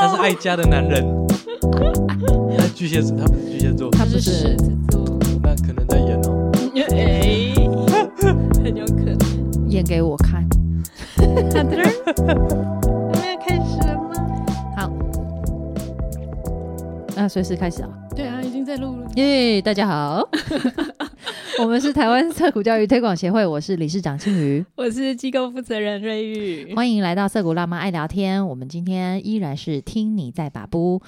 他是爱家的男 人。他巨蟹座，他不是巨蟹座， 他不是是狮，子座，那可能在演哦。哎，很有可能。演给我看。好的，我们要开始了吗？那随时开始啊！对啊，已经在录了。耶、大家 好，我们是台湾涩谷教育推广协会，我是理事长庆 瑜，我是机构负责人瑞玉。欢迎来到涩谷辣妈爱聊天。我们今天依然是听你在把布，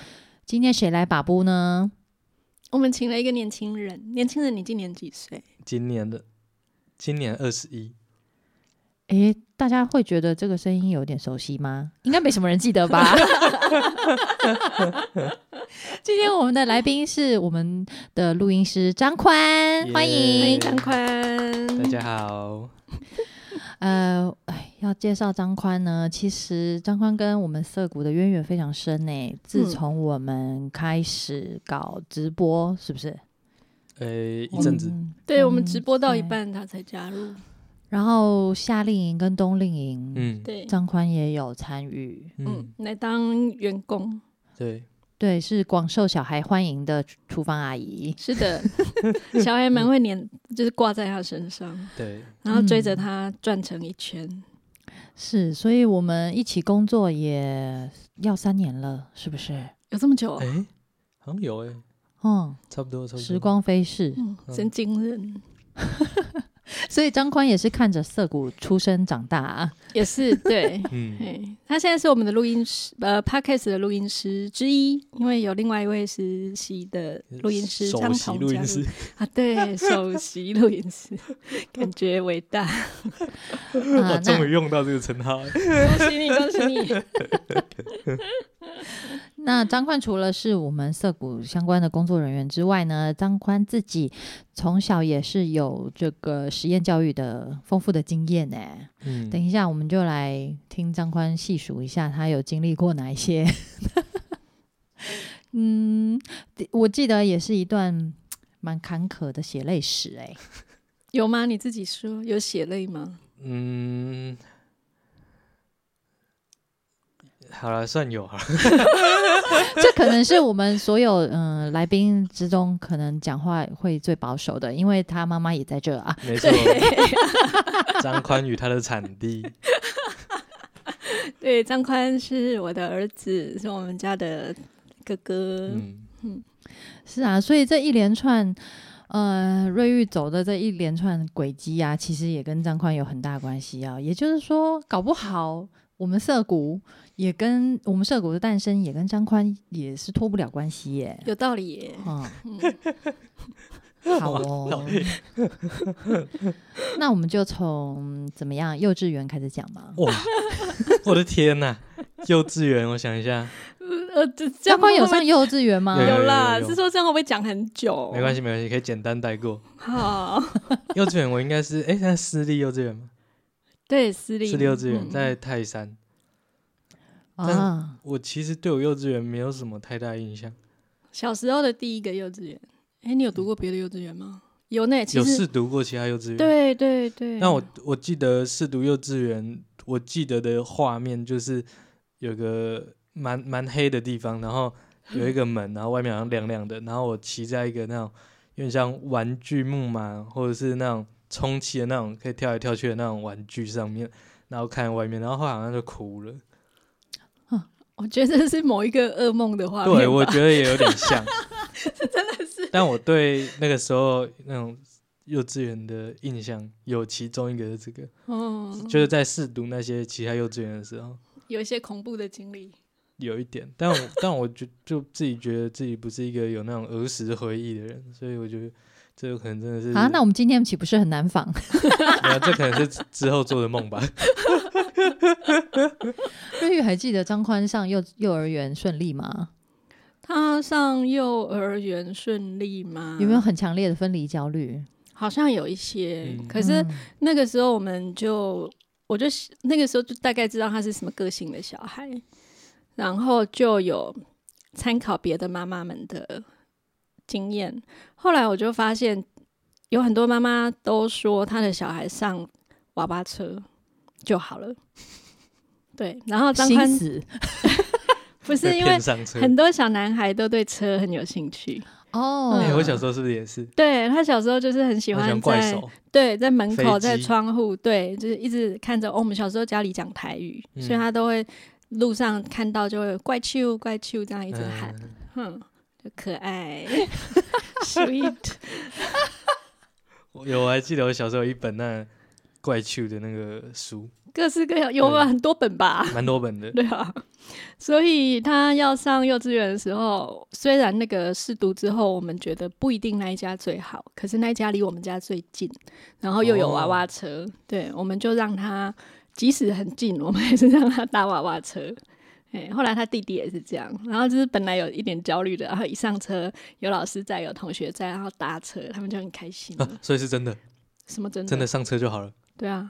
今天谁来把布呢？我们请了一个年轻人，年轻人你今年几岁？今年的，今年二十一，诶，大家会觉得这个声音有点熟悉吗？应该没什么人记得吧。 今天我们的来宾是我们的录音师张宽，欢迎。耶欢迎张宽。大家好。呃，哎，要介绍张宽呢，其实张宽跟我们涩谷的渊源非常深呢。自嗯从我们开始搞直播，是不是？诶，一阵子我，们对我们直播到一，半，他才加入。嗯然后夏令营跟冬令营，嗯，对，张宽也有参与。嗯嗯，，来当员工。对，对，是广受小孩欢迎的厨厨房阿姨。是的， 小孩蛮会粘，就是挂在他身上，对，然后追着他转成一圈。是，所以我们一起工作也要三年了，是不是？有这么久、啊？诶，好像有诶，嗯，差不多，差不多。哦时，光飞 逝。嗯，真惊人。所以张宽也是看着涩谷出生长大 啊。也是对，嗯，对，他现在是我们的录音师，呃，podcast 的录音师之一，因为有另外一位实习的录音师首张席彤录加音入师，啊，对，首席录音 师，感觉伟大，啊我哦终于用到这个称号。恭喜你，恭喜你，那张宽除了是我们涩谷相关的工作人员之外呢，张宽自己从小也是有这个实验教育的丰富的经验呢。嗯等一下，我们就来听张宽细数一下，他有经历过哪一些。嗯，我记得也是一段蛮坎坷的血泪史哎、 有吗？你自己说，有血泪吗？嗯，好了，算有啊 好了。这可能是我们所有嗯、呃来宾之中，可能讲话会最保守的，因为他妈妈也在这啊。没错，张宽与他的产地，对，张宽是我的儿子，是我们家的哥哥，嗯，是啊，所以这一连串，呃，瑞玉走的这一连串轨迹啊，其实也跟张宽有很大关系啊。也就是说，搞不好我们涩谷也跟我们涩谷的诞生也跟张宽也是脱不了关系耶。有道理耶。嗯，嗯，好哦。那我们就从怎么样幼稚园开始讲嘛。哇， 我的天呐！幼稚园，我想一下，呃，这这张样宽有会不会上幼稚园吗？有有啦，有有是说这样会不会讲很久？没关系，系，没关系，可以简单带过。好，幼稚园我应该是，哎、现在私立幼稚园吗？对，私立私立幼稚园嗯在泰山。啊，我其实对我幼稚园没有什么太大印象，小时候的第一个幼稚园，哎、你有读过别的幼稚园吗？有呢，嗯其有实试读过其他幼稚园。，对对对。那我我记得试读幼稚园，我记得的画面就是有个蛮蛮黑的地方，然后有一个门，然后外面好像亮亮的，然后我骑在一个那种有点像玩具木马或者是那种充气的那种可以跳来跳去的那种玩具上面，然后看外面，然后后来好像就哭了。我觉得这是某一个噩梦的画面吧。对，我觉得也有点像，真的是。但我对那个时候那种幼稚园的印象，有其中一个是这个， 嗯，就是在试读那些其他幼稚园的时候，有一些恐怖的经历。有一点。但我但我就就自己觉得自己不是一个有那种儿时回忆的人，所以我觉得这有可能真的是啊，那我们今天岂不是很难仿？ 没有这可能是之之后做的梦吧。瑞玉还记得张宽上幼幼儿园顺利吗？他上幼儿园顺利吗？有没有？很强烈的分离焦虑？好像有一些，嗯可是嗯那个时候我们就，我就那个时候就大概知道他是什么个性的小孩，然后就有参考别的妈妈们的经验。后来我就发现，有很多妈妈都说她的小孩上娃娃车就好了。对，然后张心宽死，不是被因为骗上车。很多小男孩都对车很有兴趣，哦哎、我小时候是不是也是？对他小时候就是很嗯喜我欢喜怪在手，对在门口飞在机窗户对，就是一直看着、哦。我们小时候家里讲台语，嗯所以他都会路上看到就会怪啾怪啾这样一直喊，嗯哼、就可 爱 ，sweet，我有，我还记得我小时候有一本那怪趣的那个书，各式各样有啊对很多本吧。蛮多本的。 对啊，所以他要上幼稚园的时候，虽然那个试读之后，我们觉得不一定那一家最好，可是那一家离我们家最近，然后又有娃娃车，对，我们就让他即使很近，我们还是让他搭娃娃车。哎，后来他弟弟也是这样，然后就是本来有一点焦虑的，然后一上车有老师在，有同学在，然后搭车，他们就很开心。啊，所以是真的，什么真的？真的上车就好了。对啊，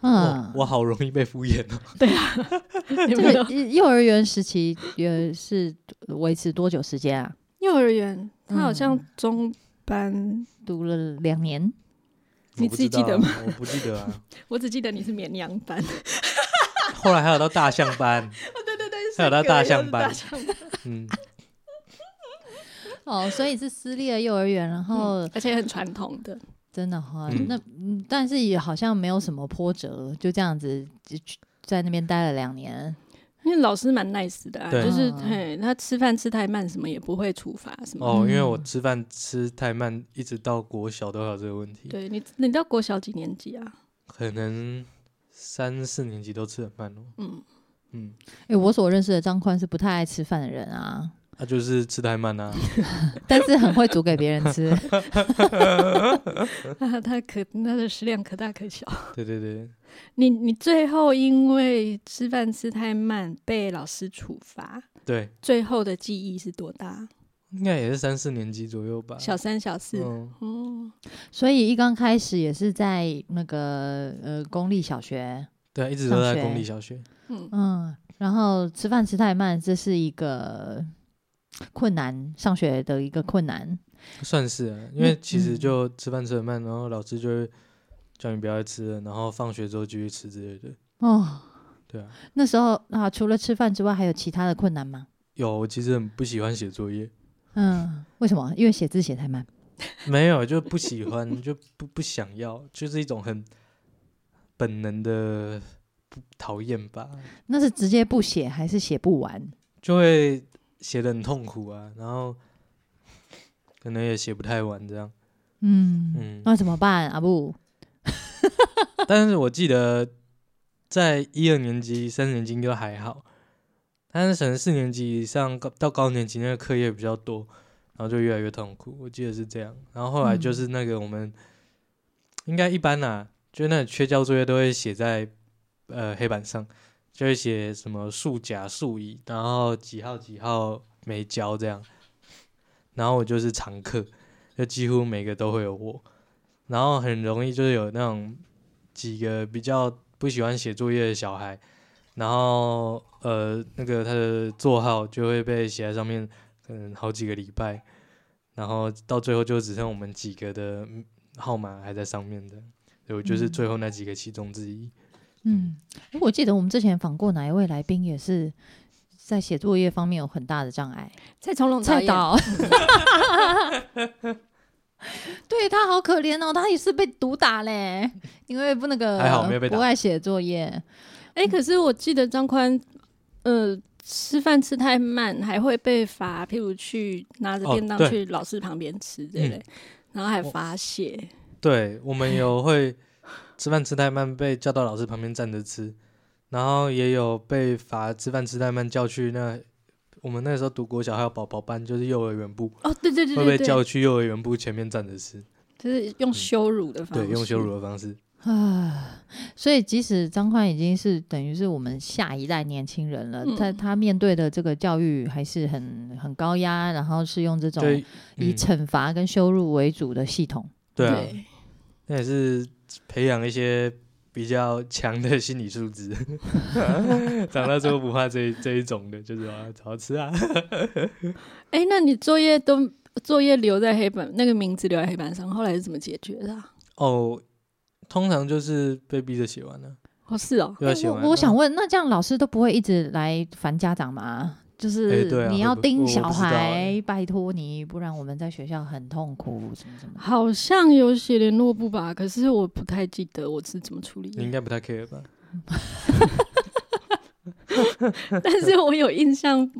哦嗯，我好容易被敷衍哦。你这们个都幼幼儿园时期也是维持多久时间啊？幼儿园，他好像嗯中班读了两年，你我不自己知道记得啊？我不记得啊。我只记得你是绵羊班，后来还有到大象 班，哦对对对，还有到大象班大象班，嗯，哦，所以是私立的幼儿园，然后、 嗯而且很传统的，真的哈、嗯那嗯但是也好像没有什么波折，就这样子就去在那边待了两年。因为老师蛮 nice 的、啊，对就是嗯嘿，他吃饭吃太慢什么也不会处罚什么。哦，因为我吃饭吃太慢，一直到国小都有这个问题。对你，你到国小几年级啊？可能三四年级都吃很慢哦。嗯， 嗯，哎、我所认识的张宽是不太爱吃饭的人啊，那、就是吃太慢啊。但是很会煮给别人吃。 那他可他的食量可大可小。对对对，你你最后因为吃饭吃太慢被老师处罚，对，最后的记忆是多大？应该也是三四年级左右吧。小三、小四。嗯，哦，所以一刚开始也是在那个呃公立小学，对啊，一直都在上学公立小学。嗯，嗯，然后吃饭吃太慢，这是一个困难，上学的一个困难。算是、啊，因为其实嗯就吃饭吃很慢，然后老师就会叫你不要再吃了，然后放学之后继续吃之类的。哦，对啊，那时候啊，除了吃饭之外，还有其他的困难吗？有，我其实很不喜欢写作业，嗯，为什么？因为写字写太慢。没有就不喜欢，就不不想要，就是一种很本能的不讨厌吧，那是直接不写还是写不完？就会写的很痛苦啊，然后可能也写不太完这样，嗯，嗯，那怎么办？阿布，但是我记得在一二年级、三年级应该还好，但是可能四年级以上高到高年级那个课业比较多，然后就越来越痛苦。我记得是这样。然后后来就是那个我们、应该嗯一般啦、就那缺交作业都会写在呃黑板上，就会写什么数甲、数乙，然后几号几号没交这样。然后我就是常客，就几乎每个都会有我，然后很容易就是有那种几个比较不喜欢写作业的小孩，然后呃，那个他的座号就会被写在上面，可能好几个礼拜，然后到最后就只剩我们几个的嗯号码还在上面的，所以我就是嗯最后那几个其中之一。嗯，诶我记得我们之前访过哪一位来宾也是在写作业方面有很大的障碍，蔡崇隆蔡导演，导。 对他好可怜哦，他也是被毒打嘞，因为不那个还好没有被打不爱写作业，哎、可是我记得张宽，呃，吃饭吃太慢还会被罚，譬如去拿着哦便当对嗯去老师旁边吃之类，然后还罚写。对我们有会吃饭吃太慢被叫到老师旁边站着吃，然后也有被罚吃饭吃太慢叫去那我们那时候读国小还有宝宝班，就是幼儿园部。哦，对对对会被对对，叫去幼儿园部前面站着吃，就是用羞辱的方式，对，用羞辱。的方式，啊，所以即使张宽已经是等于是我们下一代年轻人了，嗯他他面对的这个教育还是很很高压，然后是用这种对，以嗯惩罚跟羞辱为主的系统。对啊，那也是培养一些比较强的心理素质，长大之后不怕这一这一种的，就是啊，好吃啊，哎、那你作业都作业留在黑板，那个名字留在黑板上，后来是怎么解决的啊、哦，通常就是被逼着写完了，哦，是哦，又要哎写完啊了。我我想问，那这样老师都不会一直来烦家长吗？就哎是对啊你我要不盯我小不知道孩，哎拜托你，不然我们在学校很痛苦，什么什么的。好像有写联络簿吧，可是我不太记得我是怎么处理你应该的。不太 care 吧？ 但是我有印象，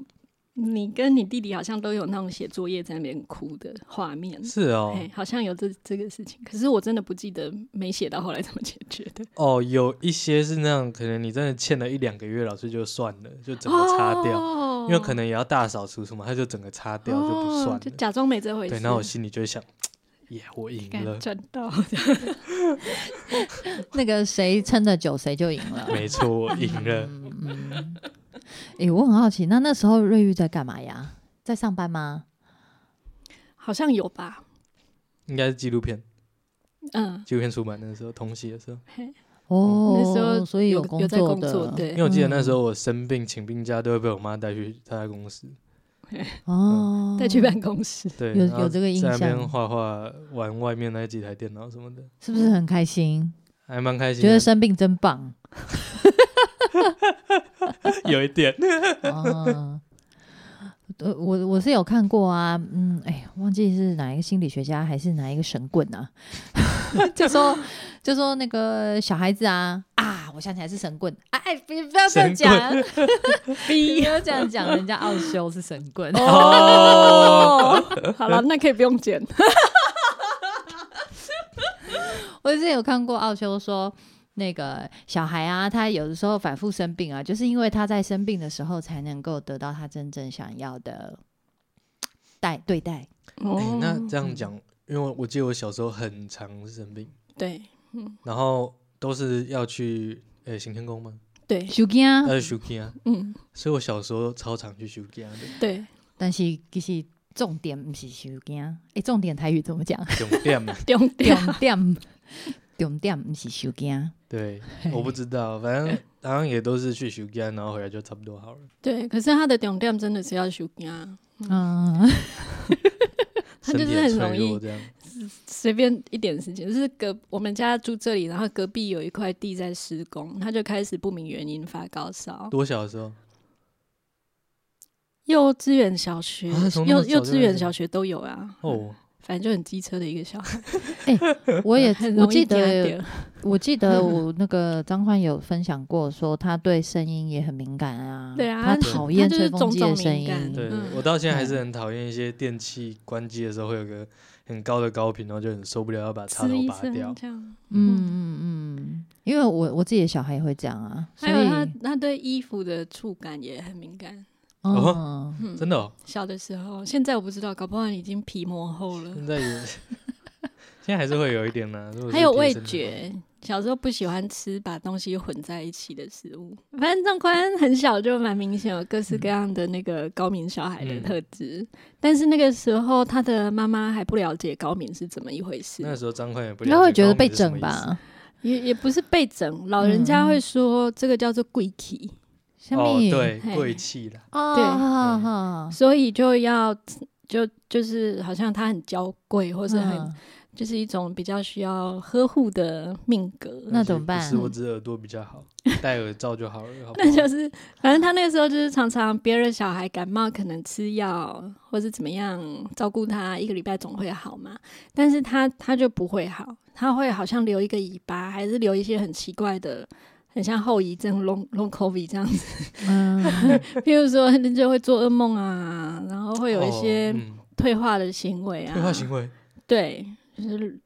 你跟你弟弟好像都有那种写作业在那边哭的画面。是哦，哎，好像有这这个事情，可是我真的不记得没写到后来怎么解决的。哦，有一些是那样，可能你真的欠了一两个月，老师就算了，就整个擦掉，哦因为可能也要大扫除什么，他就整个擦掉、就不算哦就了。假装没这回事。对，那我心里就会想，耶，我赢干了，赚到，那个谁撑得久，谁就赢了。 没错，我赢了。嗯，哎、我很好奇，那那时候瑞玉在干嘛呀？在上班吗？好像有吧？ 应该是纪录片，嗯，纪录片出版的时候，同写的时候，嘿嗯哦，那时候所以有工有在作工的，作，对因为我记嗯得那时候我生病请病假都会被我妈带去她的公司，哦，再去办公室，对，有然后有这个印在那边象画画玩外面那几台电脑什么的，是不是很开心？还蛮开心啊觉得的，生病真棒。 有一点。 哦，呃，我我是有看过啊，嗯，哎呀，忘记是哪一个心理学家还是哪一个神棍啊， 就说就说那个小孩子啊啊，我想起来是神棍，啊哎，别不要这神棍样讲，不要这样讲，人家奥修是神棍，哦， 好了，那可以不用剪。我之前有看过奥修说。那个小孩啊，他有的时候反复生病啊，就是因为他在生病的时候才能够得到他真正想要的待对待。 哎、那哦这嗯样讲，因为我记得我小时候很常生病，对然后都是要去呃行天宫吗？对，手机啊，呃 s h u k i 啊，嗯所以我小时候超常去 s h u k i 啊的，对，但是其实重点不是收惊，诶、重点台语怎 么讲？总店嘛。重点重点重点不是啊收惊，对，我 不知道，反正好像也都是去 s h u k i 啊，然后回来就差不多好了。对，可是他的重点真的是要休假，嗯，他身就体是很很容脆弱易这样。随便一点事情，就是隔我们家住这里，然后隔壁有一块地在施工，他就开始不明原因发高烧。多小的时候，嗯幼稚园、小学啊从，那幼么小幼就稚开园、始小学都有啊。哦，反正就很机车的一个小孩，我 也很我容易记嗲得嗲我记 得我那个张焕有分享过，说他对声音也很敏感啊，对啊他他讨厌就是吹风机的种种声敏感音，对嗯我到现在还是很讨厌一些电器关机的时候会有个很高的高频，然后就很受不了，要把插吃头医拔掉生。这样。嗯嗯嗯，因为我我自己的小孩也会这样啊，所还以有他，他对衣服的触感也很敏感。嗯。嗯，真的、哦，小的时候，现在我不知道，搞不好已经皮膜厚了。现在也 现在还是会有一点呢、如果是还有贴味身的话，觉，小时候不喜欢吃把东西混在一起的食物。反正张宽很小就蛮明显有各式各样的那个高敏小孩的嗯特质，但是那个时候他的妈妈还不了解高敏是怎么一回事，那时候张宽也不了应解该会觉得高敏被是什么整意思？吧？也也不是被整，老人家会说这个叫做贵体，下哦，面，对，嘿贵气啦，哦，对哈哈所以就要就就是好像他很娇贵，或是很、嗯就是一种比较需要呵护的命格。那怎么不办是？我只耳朵比较好，戴耳罩就好了，好不好 那就是，反正他那个时候就是常常别人小孩感冒，可能吃药或是怎么样照顾他，一个礼拜总会好嘛。但是他他就不会好，他会好像留一个尾巴，还是留一些很奇怪的，很像后遗症 long long covid 这样子。 嗯，譬如说，他就会做噩梦啊，然后会有一些哦嗯退化的行为啊，退化行为，对，就是。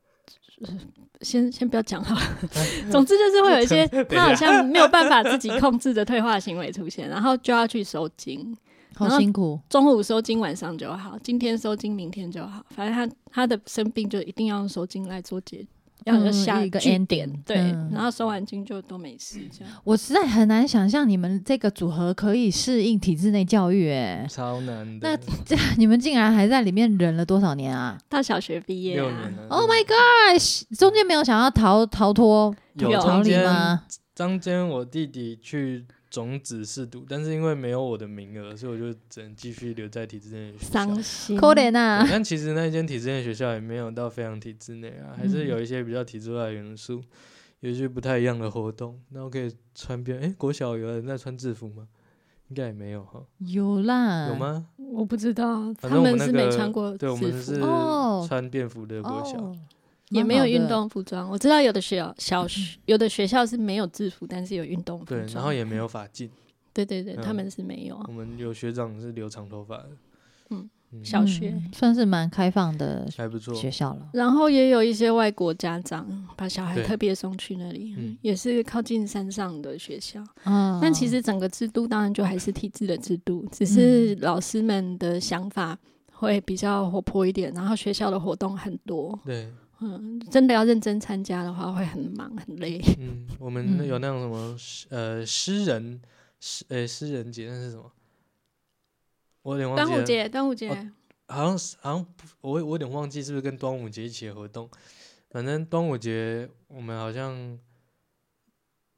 先先不要讲好了，哎总之就是会有 一些他好像没有办法自己控制的退化行为出现，然后就要去收精，好然后辛苦，中午收精，晚上就好，今天收精，明天就好，反正他他的生病就一定要用收精来做解，要嗯要下一个句 ending，点对，嗯然后收完精就都没事这样。我实在很难想象你们这个组合可以适应体制内教育、啊诶，超难那的，这 你们竟然还在里面忍了多少年啊到小学毕业、六啊年，了。 ？Oh my god！中间没有想要逃逃脱有有逃中离间吗？中间我弟弟去种子试读，但是因为没有我的名额，所以我就只能继续留在体制内的学校。伤心，可怜啊对！但其实那间体制内学校也没有到非常体制内啊，还是有一些比较体制外的元素。有一些不太一样的活动，那我可以穿别人。哎、国小有人在穿制服吗？应该也没有哈，有啦，有？吗？我不知道，反他正我们们那是个没穿过对，制我们服是，哦穿便服的国小，哦，也没有运蛮好的，动服装。我知道有的学校小学有的学校是没有制服，但是有运动服嗯对装。，然后也没有发髻。对对对，嗯他们是没有啊我们有学长是留长头发的，哦嗯嗯，小学嗯算是蛮开放的还不错，学校了。然后也有一些外国家长把小孩对特别送去那里，嗯也是靠近山上的学校。嗯，但其实整个制度当然就还是体制的制度，只是嗯老师们的想法会比较活泼一点，然后学校的活动很多。对，嗯，真的要认真参加的话，会很忙很累。嗯，我们那嗯有那种什么诗呃诗人诗呃诗人节那是什么？我有点忘端记午了，节，端午节，哦好像是好像不我我有点忘记是不是跟端午节一起的活动。反正端午节我们好像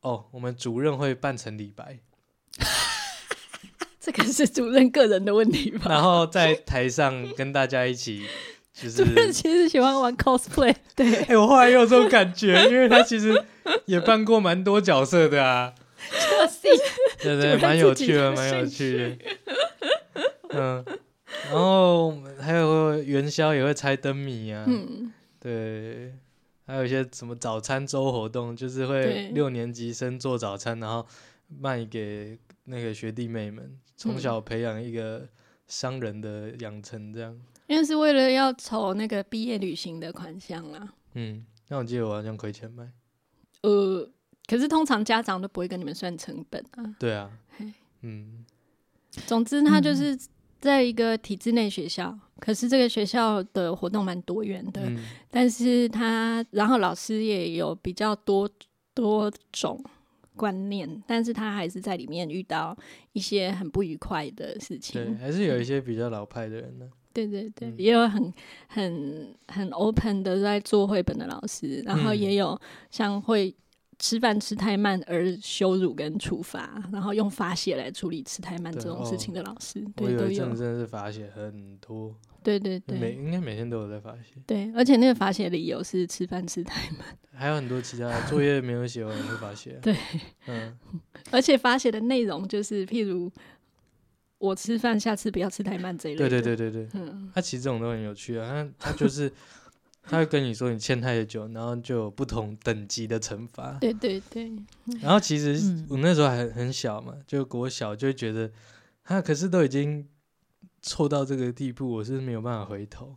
哦，我们主任会扮成李白，这个是主任个人的问题吧？然后 在台上跟大家一起就主是任其实喜欢玩 cosplay，对嗯 哎、，我后来也有这种感觉，因为他其实也扮过蛮多角色的啊， 对对，突然蛮有自己趣的，的蛮有兴趣的。 嗯，然后还有元宵也会猜灯谜啊，嗯，对，还有一些什么早餐周活动，就是会对六年级生做早餐，然后卖给那个学弟妹们，从嗯小培养一个商人的养成，这样。因为是为了要筹那个毕业旅行的款项啊啦。嗯，那我记得我好像亏钱卖。呃，可是通常家长都不会跟你们算成本啊。对啊嘿，嗯，总之，他就是在一个体制内学校，可是这个学校的活动蛮多元的，嗯但是他然后老师也有比较多多种观念，但是他还是在里面遇到一些很不愉快的事对，情。还是有一些比较老派的人呢、对对对，嗯也有很很很 open 的在做绘本的老师，然后嗯也有像会吃饭吃太慢而羞辱跟处罚，然后用发泄来处理吃太慢这对哦种事情的老师，我对有都一阵有子，真的是罚写很多，对对每对应该每天都有在罚写，对，而且那个发泄理由是吃饭吃太慢，还有很多其他的作业没有写完也会罚 写。对，嗯，而且发泄的内容就是譬如我吃饭下次不要吃太慢这一类对的，对对对对，嗯，他其实这种都很有趣啊，他他就是他会跟你说你欠太久，然后就有不同等级的惩罚。对对对，然后其实嗯我那时候还很很小嘛，就国小就会觉得，他可是都已经错到这个地步，我是没有办法回头，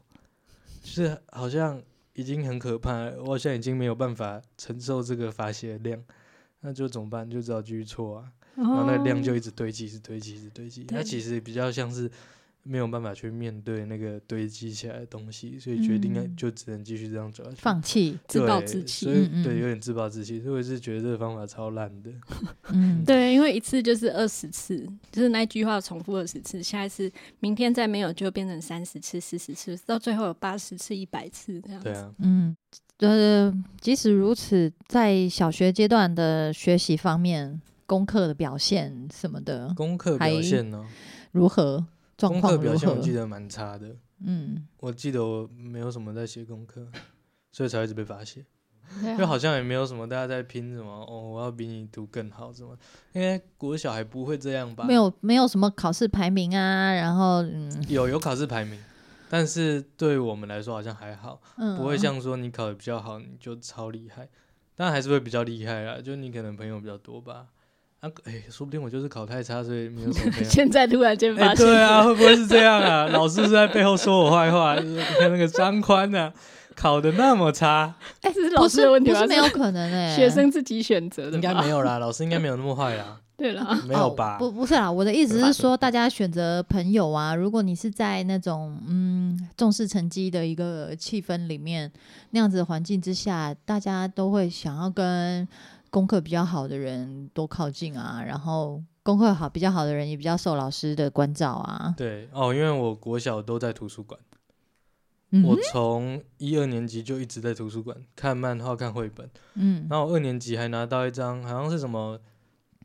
就是好像已经很可怕了，我好像已经没有办法承受这个罚写量，那就怎么办？就只好继续错啊，然然后那个量哦就一直堆积，一直堆积，一直堆积。它对其实比较像是没有办法去面对那个堆积起来的东西，所以决定要嗯就只能继续这样走下去。放弃，自暴对自弃所以嗯嗯对，有点自暴自弃，所以我是觉得这个方法超烂 的。嗯，对，因为一次就是二十次，就是那一句话重复二十次，下一次明天再没有就变成三十次、四十次，到最后有八十次、一百次这样子。对啊，嗯，呃，即使如此，在小学阶段的学习方面，功课的表现什么的功课表还现呢、如何？状功课况如表现我何？记得蛮差的，嗯，我记得我没有什么在写功课，所以才会一直被罚写。对啊就好像也没有什么大家在拼什么哦，我要比你读更好什么，因为国小还不会这样吧？没有没有什么考试排名啊，然后嗯有有考试排名，但是对我们来说好像还好，嗯，不会像说你考的比较好你就超厉害，但还是会比较厉害啦，就你可能朋友比较多吧。啊，哎、说不定我就是考太差，所以没有什么 朋友。 现在突然间哎、发现，对啊，会不会是这样啊？老师是在背后说我坏话，就是说你看那个张宽啊，考的那么差，哎，这是嗯不老师是的问题不吧？是没有可能哎、学生自己选择的吧，应该没有嗯啦，老师应该没有那么坏 啦，对了，没有吧？哦不，不是啦，我的意思是说，大家选择朋友啊，如果你是在那种嗯重视成绩的一个气氛里面，那样子的环境之下，大家都会想要跟功课比较好的人多靠近啊，然后功课好比较好的人也比较受老师的关照啊。对哦，因为我国小都在图书馆，我嗯从一二年级就一直在图书馆看漫画、看绘本。嗯然后我二年级还拿到一张好像是什么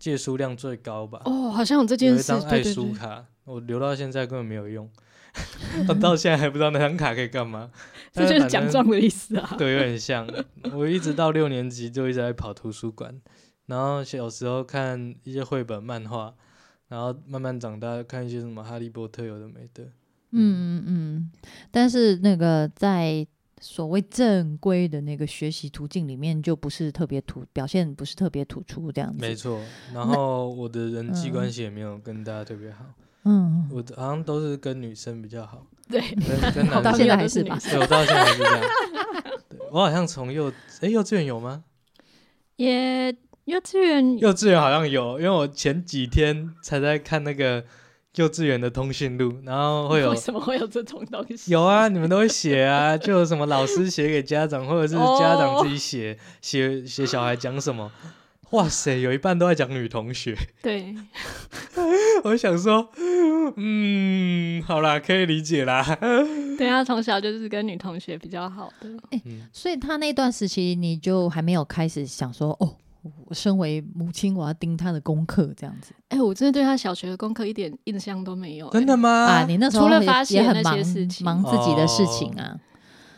借书量最高吧。哦，好像有这有件一事张，爱对对对书，卡，我留到现在根本没有用， 我到现在还不知道那张卡可以干嘛。 这就但是反奖正状的意思啊。对，有点像。我一直到六年级就一直在跑图书馆，然后小时候看一些绘本、漫画，然后慢慢长大看一些什么《哈利波特》有的没的。嗯嗯嗯，但是那个在所谓正规的那个学习途径里面，就不是特别突表现，不是特别突出这样嗯子。没错，然后我的人际关嗯系也没有跟大家特别好，嗯，我的好像都是跟女生比较好，对， 跟跟到男生现在有还的是是吧女？ 对，我到现在还是这样。对我好像从幼哎幼稚园有吗？也幼稚园幼稚园好像有，因为我前几天才在看那个幼稚园的通讯录，然后会有为什么会有这种东西？有啊，你们都会写啊，就有什么老师写给家长，或者是家长自己写写写小孩讲什么。哇塞，有一半都在讲女同学， 对， 我想说，嗯，好啦，可以理解啦。对啊，从小就是跟女同学比较好的。所以他那段时期，你就还没有开始想说，哦，我身为母亲，我要盯他的功课这样子哎、我真的对他小学的功课一点印象都没有、真的哎吗？啊？你那时候除了也发也现很那忙些事情忙自己的事情啊。哦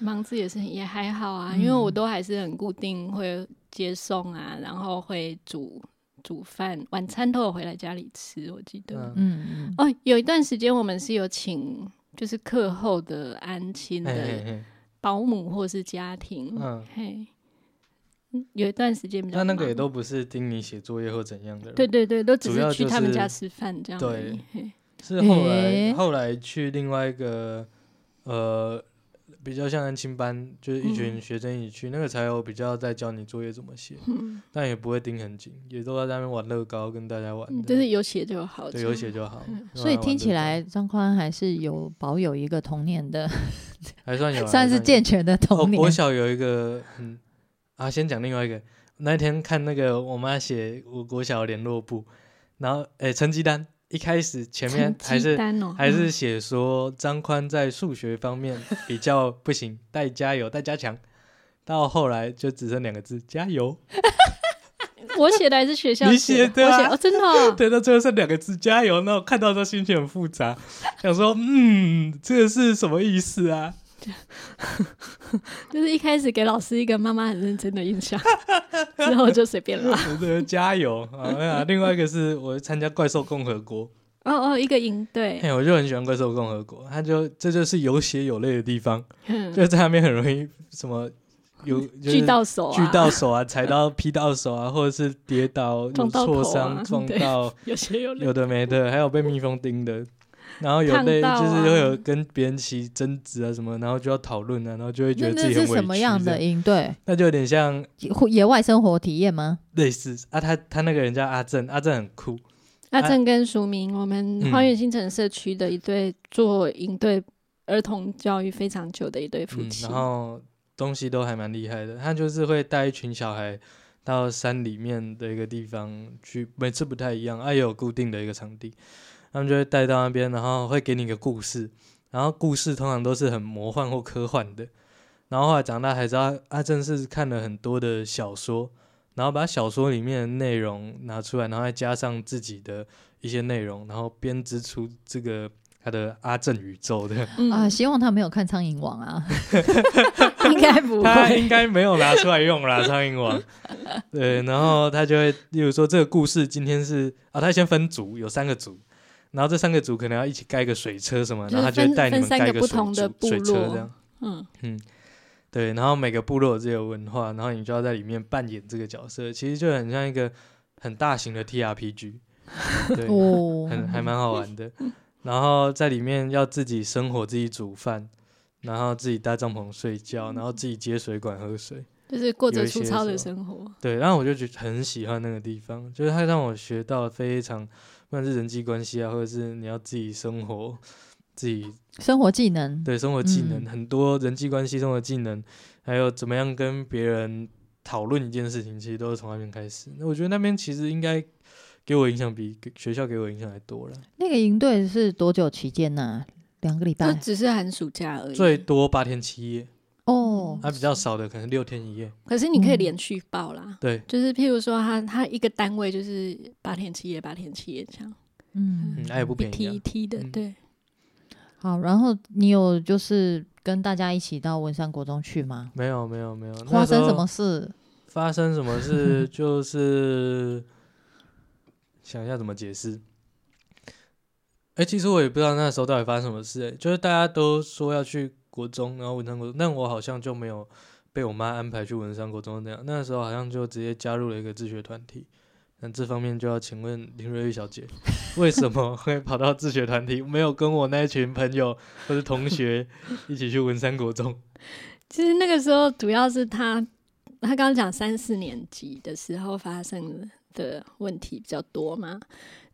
忙自己的事情也还好啊，嗯因为我都还是很固定会接送啊，然后会煮煮饭，晚餐都有回来家里吃。我记得、嗯嗯嗯哦，有一段时间我们是有请就是课后的安亲嘿嘿的嘿保姆或是家庭，嗯嘿，嗯有一段时间比较那那个也忙都不是盯你写作业或怎样的人，对对对，都只主要是去就他们是家吃饭这样而已。嘿是后来、诶后来去另外一个呃比较像安亲班，就是一群嗯学生一起去，那个才有比较在教你作业怎么写，嗯，但也不会盯很紧，也都在那边玩乐高跟大家玩嗯的，就是有写就好。对啊有写就好。嗯所玩以玩听起乐高来，张宽还是有保有一个童年的，还算有啊，算还是健全的有。我童年国。小有一个嗯啊，先讲另外一个，那天看那个我妈写我国小的联络簿，然后诶成绩单一开始前面还是哦还是写说张宽在数学方面比较不行，待加油，待加强。到后来就只剩两个字“加油我写的还是学校你写写的啊我写哦，真的哦”， 对，到最后剩两个字“加油”。那我看到这心情很复杂，想说，嗯，这个是什么意思啊？就是一开始给老师一个妈妈很认真的印象，之后就随便了。我这个加油啊！那另外一个是我参加怪兽共和国，哦哦，一个营队，哎、我就很喜欢怪兽共和国，它就这就是有血有泪的地方，嗯就在那边很容易什么有就是锯到手啊，锯到手啊，踩到、劈到手啊，或者是跌倒、有撞到头挫啊伤、 撞对到，有血有泪有，的没的，还有被蜜蜂叮的，然后有烫被到就是啊会有跟别人起争执啊什么，然后就要讨论啊，然后就会觉那得那自己是很委什屈么样这的营队？那就有点像野野外生活体验吗？类似啊，他他那个人叫阿正，阿正很酷，阿哎正跟淑明，我们嗯花园新城社区的一对做营队儿童教育非常久的一对夫嗯，妻然，后东西都还蛮厉害的。他就是会带一群小孩到山里面的一个地方去，每次不太一样，啊，也有固定的一个场地，他们就会带到那边，然后会给你一个故事，然后故事通常都是很魔幻或科幻的。然后后来长大才知道，阿正是看了很多的小说，然后把小说里面的内容拿出来，然后再加上自己的一些内容，然后编织出这个他的阿正宇宙的。嗯 啊，希望他没有看《苍蝇王》啊，应该不他应该没有拿出来用 啦，苍蝇王。对，然后他就会，例如说这个故事今天是啊，他先分组，有三个组，然后这三个组可能要一起盖一个水车什么，就是然后他就会带你们分分盖一三个水不组同的部水车落这样。嗯，对，然后每个部落有自己的文化，然后你就要在里面扮演这个角色，其实就很像一个很大型的 TRPG。对， 哦， 很还蛮好玩的。然后在里面要自己生火，自己煮饭，然后自己搭帐篷睡觉，然后自己接水管喝水。就是过有着一些粗糙的是生活，对，然后我就觉得很喜欢那个地方，就是它让我学到非常，不管是人际关系啊，或者是你要自己生活，自己生活技能。对生活技能、嗯很多人际关系、生活技能，还有怎么样跟别人讨论一件事情，其实都是从那边开始。那我觉得那边其实应该给我影响比给学校给我影响还多了，那个营队是多久期间呢？两个礼这拜只是寒暑假而已。最多八天七夜。啊哦，它比较少的可能六天一夜，可是你可以嗯连续报啦，对，就是譬如说他他一个单位就是八天七夜，八天七夜这样，嗯嗯，，那也不一便宜、梯啊一。梯的，嗯对，好。然后你有就是跟大家一起到文山国中去吗？没有没有没有，那发生时什候么事？发生什么事就是想一下怎么解释。哎、其实我也不知道那时候到底发生什么事、诶就是大家都说要去国中，然后文山国中，但我好像就没有被我妈安排去文山国中那样。那时候好像就直接加入了一个自学团体。那这方面就要请问林瑞玉小姐， 为什么会跑到自学团体，没有跟我那一群朋友或是同学一起去文山国中？其实那个时候主要是他，他刚刚讲三四年级的时候发生的问题比较多嘛。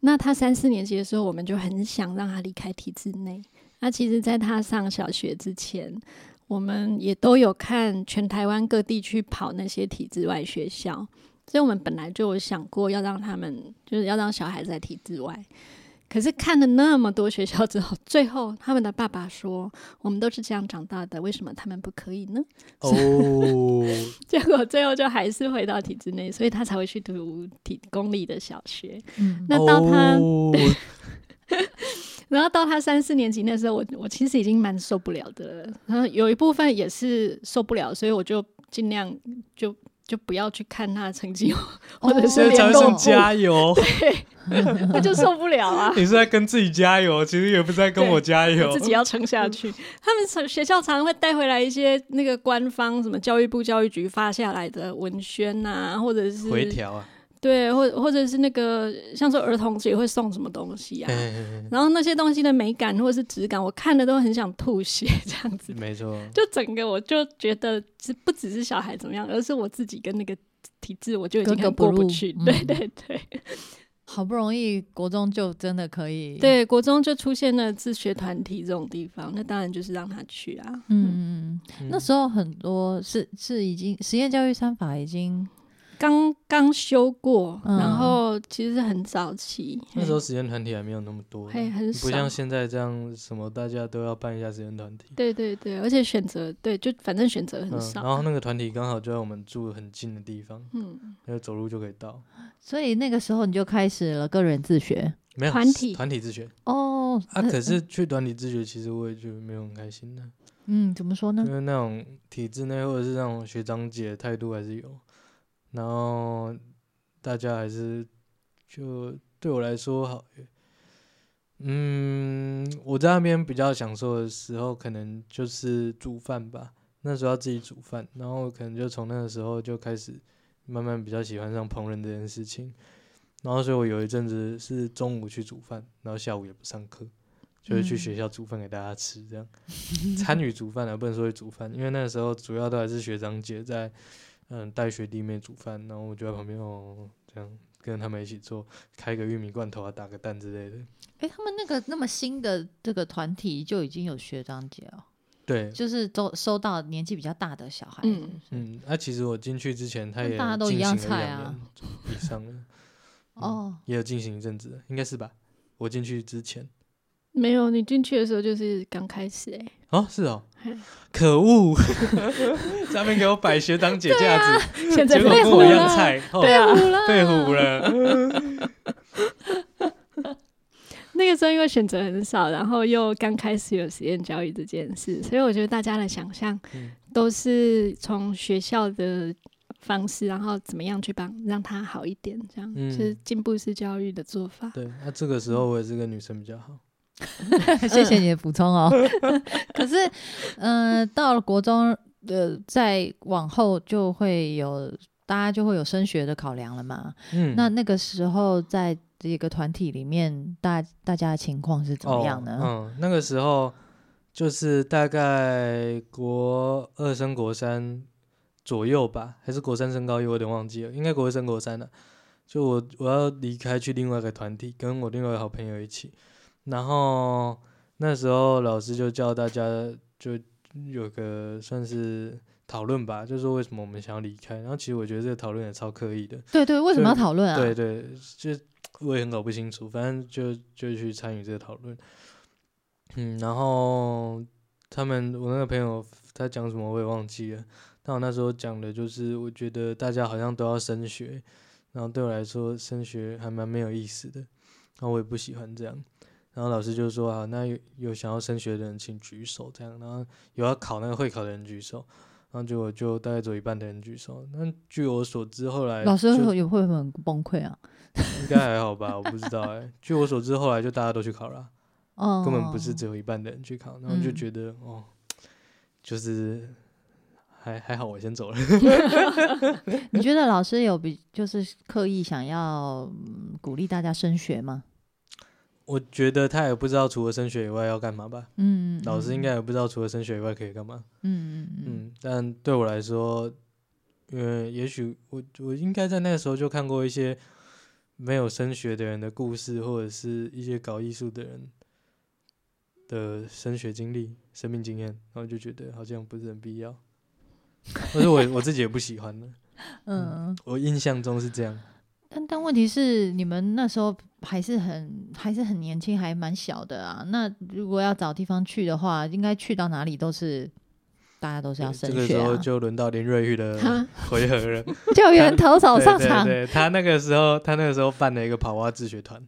那他三四年级的时候，我们就很想让他离开体制内。那其实，在他上小学之前，我们也都有看全台湾各地去跑那些体制外学校，所以我们本来就有想过要让他们，就是要让小孩在体制外。可是看了那么多学校之后，最后他们的爸爸说：“我们都是这样长大的，为什么他们不可以呢？” 哦，结果最后就还是回到体制内，所以他才会去读体公立的小学。嗯，那到他哦然后到他三四年级那时候，我我其实已经蛮受不了的了。然后有一部分也是受不了，所以我就尽量就就不要去看他的成绩， 哦或者所是以才联会络送簿，加油。 我就受不了啊。你是在跟自己加油，其实也不是在跟我加油。 自己要撑下去。他们从学校常常会带回来一些那个官方什么教育部教育局发下来的文宣呐、或者是回调 啊，对，或或者是那个像说儿童节会送什么东西啊，嘿嘿嘿然后那些东西的美感或者是质感，我看了都很想吐血， 这样子。没错。就整个我就觉得是不只是小孩怎么样，而是我自己跟那个体制，我就已经格格很不过入不去。嗯对对 对、好不容易国中就真的可以，，对，国中就出现了自学团体这种地方，那当然就是让他去啊。嗯，嗯嗯嗯，嗯那时候很多是是已经实验教育三法已经刚刚修过，嗯然后其实很早期，那时候实验团体还没有那么多，嘿很不像少。现在这样，什么大家都要办一下实验团体。对对对，而且选择对，就反正选择很嗯，少。然后那个团体刚好就在我们住很近的地方，嗯，就走路就可以到。所以那个时候你就开始了个人自学没有团体嗯团体自学哦。啊，那可是去团体自学，其实我也觉得没有很开心啊的，嗯，怎么说呢因？为那种体制内或者是那种学长姐态度还是有，然后大家还是就对我来说好，嗯，我在那边比较享受的时候，可能就是煮饭吧。那时候要自己煮饭，然后可能就从那个时候就开始慢慢比较喜欢上烹饪这件事情。然后，所以我有一阵子是中午去煮饭，然后下午也不上课，就是去嗯学校煮饭给大家吃，这样、参与煮饭啊，不能说是煮饭，因为那个时候主要都还是学长姐在，嗯，带学弟妹煮饭，然后我就在旁边哦，这样跟他们一起做，开个玉米罐头啊，打个蛋之类的。哎，他们那个那么新的这个团体就已经有学长姐哦，对，就是都收到年纪比较大的小孩，嗯是不是嗯，那、其实我进去之前，他那也大家都进一样行了菜两啊年以 上了，哦，也有进行一阵子了，应该是吧？我进去之 前，没有，你进去的时候就是刚开始 哎、哦，是 哦嘿，可恶， 上面给我摆学长姐架 子，现在啊结果被跟唬我一样了，菜，哦，被唬了。被唬 了，那个时候因为选择很少，然后又刚开始有实验教育这件事，所以我觉得大家的想象嗯都是从学校的方式，然后怎么样去帮让它好一点，这样、嗯就是进步式教育的做法。对，那、这个时候我也是跟女生比较好，嗯谢谢你的补充 哦。可是，嗯、到了国中，呃，再往后就会有大家就会有升学的考量了嘛。嗯，那那个时候在这个团体里面，大大家的情况是怎么样呢？哦、嗯，那个时候就是大概国二升国三左右吧，还是国三升高一，我有点忘记了，应该国二升国三了、就我我要离开去另外一个团体，跟我另外一个好朋友一起，然后那时候老师就叫大家就有个算是讨论吧，就说为什么我们想要离开。然后其实我觉得这个讨论也超刻意的，对对，为什么要就讨论啊？对对，就我也很搞不清楚，反正就就去参与这个讨论，嗯，然后他们我那个朋友他讲什么我也忘记了，但我那时候讲的就是，我觉得大家好像都要升学，然后对我来说升学还蛮没有意思的，然后我也不喜欢这样。然后老师就说啊，那有有想要升学的人请举手，这样，然后有要考那个会考的人举手，然后结果就大概只有一半的人举手。那据我所知，后来老师就会也会很崩溃啊，应该还好吧，我不知道哎、据我所知，后来就大家都去考了，啊哦，嗯根本不是只有一半的人去考，然后就觉得、哦，就是还还好，我先走了。 你觉得老师有比就是刻意想要、嗯鼓励大家升学吗？我觉得他也不知道除了升学以外要干嘛吧，嗯，老师应该也不知道除了升学以外可以干嘛。嗯，嗯嗯嗯，嗯，但对我来说，呃，也许我我应该在那个时候就看过一些没有升学的人的故事，或者是一些搞艺术的人的升学经历、生命经验，然后就觉得好像不是很必要。 但是我我自己也不喜欢了，嗯，我印象中是这样。但但问题是，你们那时候还是很还是很年轻，还蛮小的啊。那如果要找地方去的话，应该去到哪里都是大家都是要这升个时学、候 啊。就轮到林瑞玉的 回合了。救援投手对哦上对场对，他那个时候他那个时候办了一个跑蛙自学团，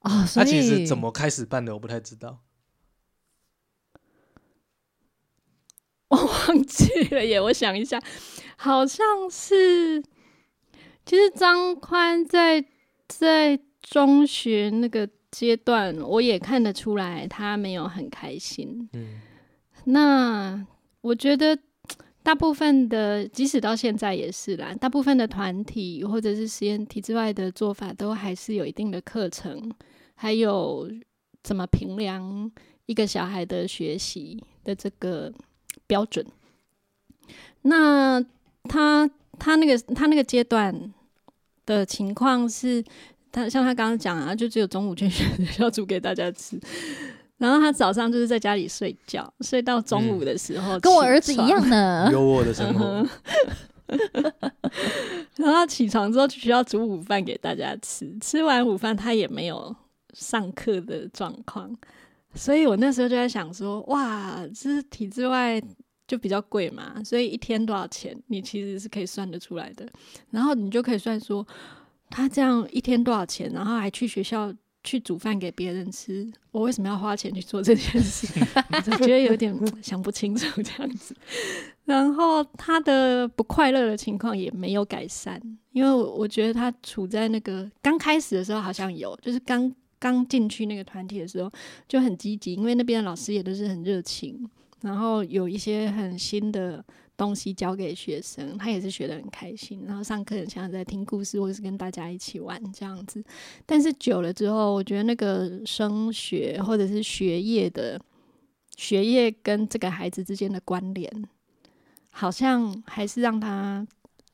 啊、他所以其实怎么开始办的我不太知道。忘记了耶，我想一下，好像是，其实张宽在在中学那个阶段，我也看得出来他没有很开心。嗯啊那我觉得大部分的，即使到现在也是啦，大部分的团体或者是实验体制外的做法，都还是有一定的课程，还有怎么评量一个小孩的学习的这个标准。那他他那个他那个阶段的情况是，他像他刚刚讲啊，就只有中午去学校 煮给大家吃，然后他早上就是在家里睡觉，睡到中午的时候、跟我儿子一。 样呢？优渥的生嗯活。然后他起床之后去学校煮午饭给大家吃，吃完午饭他也没有上课的状况，所以我那时候就在想说，哇，这是体制外就比较贵嘛，所以一天多少钱，你其实是可以算得出来的。然后你就可以算说，他这样一天多少钱，然后还去学校去煮饭给别人吃，我为什么要花钱去做这件事？ 我觉得有点嗯想不清楚这样子。然后他的不快乐的情况也没有改善，因为我我觉得他处在那个刚开始的时候好像有，就是刚刚进去那个团体的时候就很积极，因为那边的老师也都是很热情，然后有一些很新的东西教给学生，他也是学得很开心，然后上课很像在听故事或是跟大家一起玩这样子。但是久了之后，我觉得那个升学或者是学业的学业跟这个孩子之间的关联，好像还是让他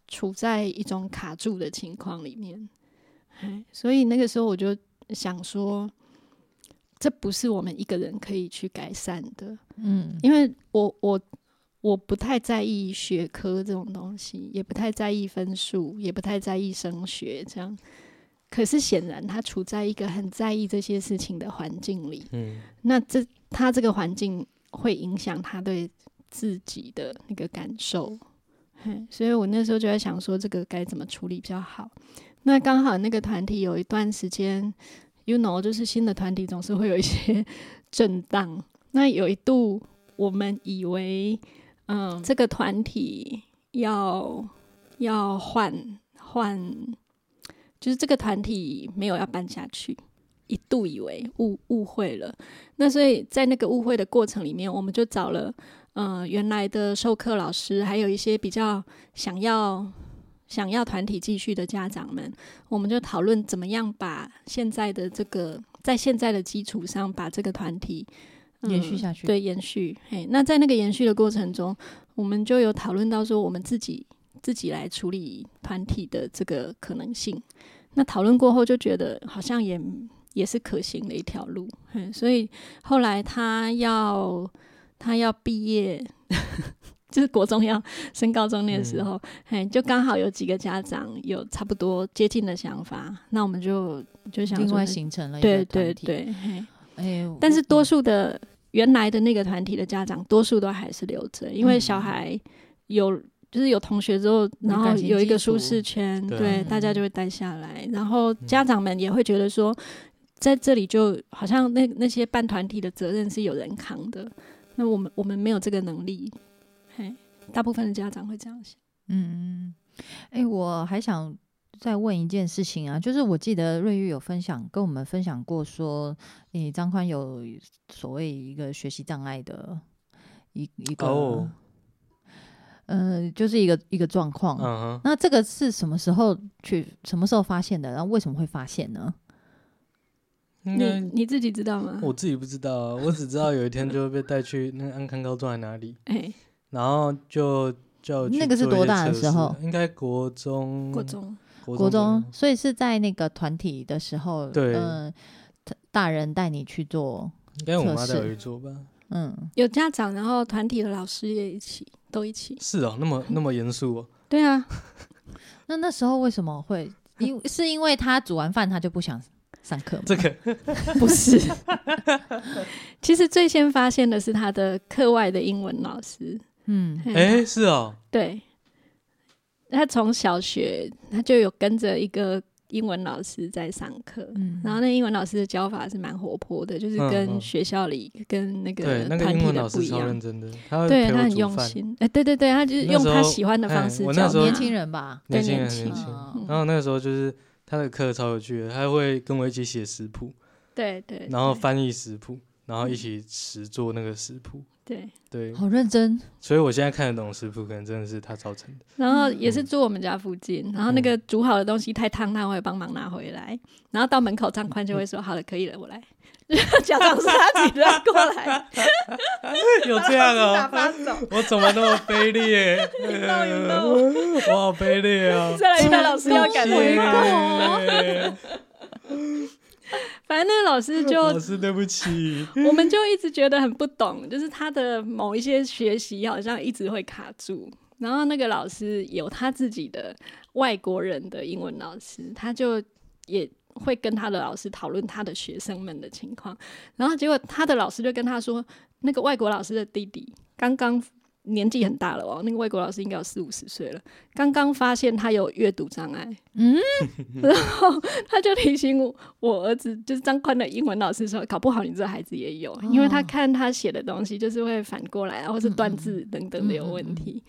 处在一种卡住的情况里面。哎，所以那个时候我就想说，这不是我们一个人可以去改善的。 嗯，因为我我我不太在意学科这种东西，也不太在意分数，也不太在意升学这样。可是显然他处在一个很在意这些事情的环境里，嗯，那这他这个环境会影响他对自己的那个感受。嘿所以我那时候就在想说，这个该怎么处理比较好。那刚好那个团体有一段时间，you know，就是新的团体总是会有一些 震荡。那有一度我们以为，嗯，这个团体要要换换，就是这个团体没有要办下去，一度以为误误会了。那所以在那个误会的过程里面，我们就找了呃原来的授课老师，还有一些比较想要想要团体继续的家长们，我们就讨论怎么样把现在的这个在现在的基础上把这个团体、嗯延续下去对，延续。嘿，那在那个延续的过程中，我们就有讨论到说，我们自己自己来处理团体的这个可能性。那讨论过后就觉得好像也也是可行的一条路，嗯，所以后来他要他要毕业， 就是国中要升高中那个嗯时候，哎、就刚好有几个家长有差不多接近的想法，那我们就就想另说外形成了一对个对团体。对，嘿哎，但是多我数的原来的那个团体的家长，多数都还是留着，因为小孩有就是有同学之后，然后感情有一个基础舒适圈，对啊对嗯大家就会待下来，然后家长们也会觉得说，在这里就好像那那些办团体的责任是有人扛的，那我们我们没有这个能力，嘿，大部分的家长会这样想，嗯，哎、我还想再问一件事情啊，就是我记得瑞玉有分享跟我们分享过说，诶、张宽有所谓一个学习障碍的一一个，哦呃，就是一个一个状况。嗯哼，那这个是什么时候去什么时候发现的？然后为什么会发现呢？应你嗯该你自己知道吗？我自己不知道啊，我只知道有一天就被带去那个安康高中在哪里，哎、然后就叫我去那个是做一多些大的测时试候？应该国嗯中，国中，国国中左右，所以是在那个团体的时候，对嗯、他大人带你去做，应该我妈测试带我去做吧？嗯，有家长，然后团体的老师也一起，都一起。是哦，那么那么严肃哦，对啊，那那时候为什 么会？因是因为他煮完饭他就不想上课吗？这个不是。其实最先发现的是他的课外的英文老师，嗯嗯哎是哦，对，他从小学他就有跟着一个英文老师在上课。嗯，然后那英文老师的教法是蛮活泼的，就是嗯跟嗯学校里、跟那对 个，那个团英体文的老不师一超样认，真的，他会对陪他我很煮用饭，心。哎，对对对，他就是那用时他候喜欢的哎方式我那教时候年他轻人吧，年对轻年人很年轻啊轻。嗯然后那个时候就是他的课超有趣的，他会跟我一起写食谱，对对，然后对嗯翻译食谱，然后一起实做那个食谱。对，对，好认真，所以我现在看得懂食谱，可能真的是他造成的。然后也是住我们家附近，然后那个煮好的东西太烫，他会帮忙拿回来，然后到门口张宽就会说：“好了，可以了，我来。”假装是他自己拉过 来， 有这样打哦、发走。我怎么那么卑劣？到有到我好卑劣哦、再来一下，老师要谢感谢动过。哦你，反正那个老师老就，师对不起。我们就一直觉得很不懂，就是他的某一些学习好像一直会卡住。然后那个老师有他自己的外国人的英文老师，他就也会跟他的老师讨论他的学生们的情况。然后结果他的老师就跟他说，那个外国老师的弟弟刚刚年纪很大了哦，那个外国老师应该有四五十岁了，刚刚发现他有阅读障碍，嗯，然后他就提醒我我儿子，就是张宽的英文老师说，搞不好你这孩子也有，因为他看他写的东西就是会反过来啊，或是断字等等的有问题。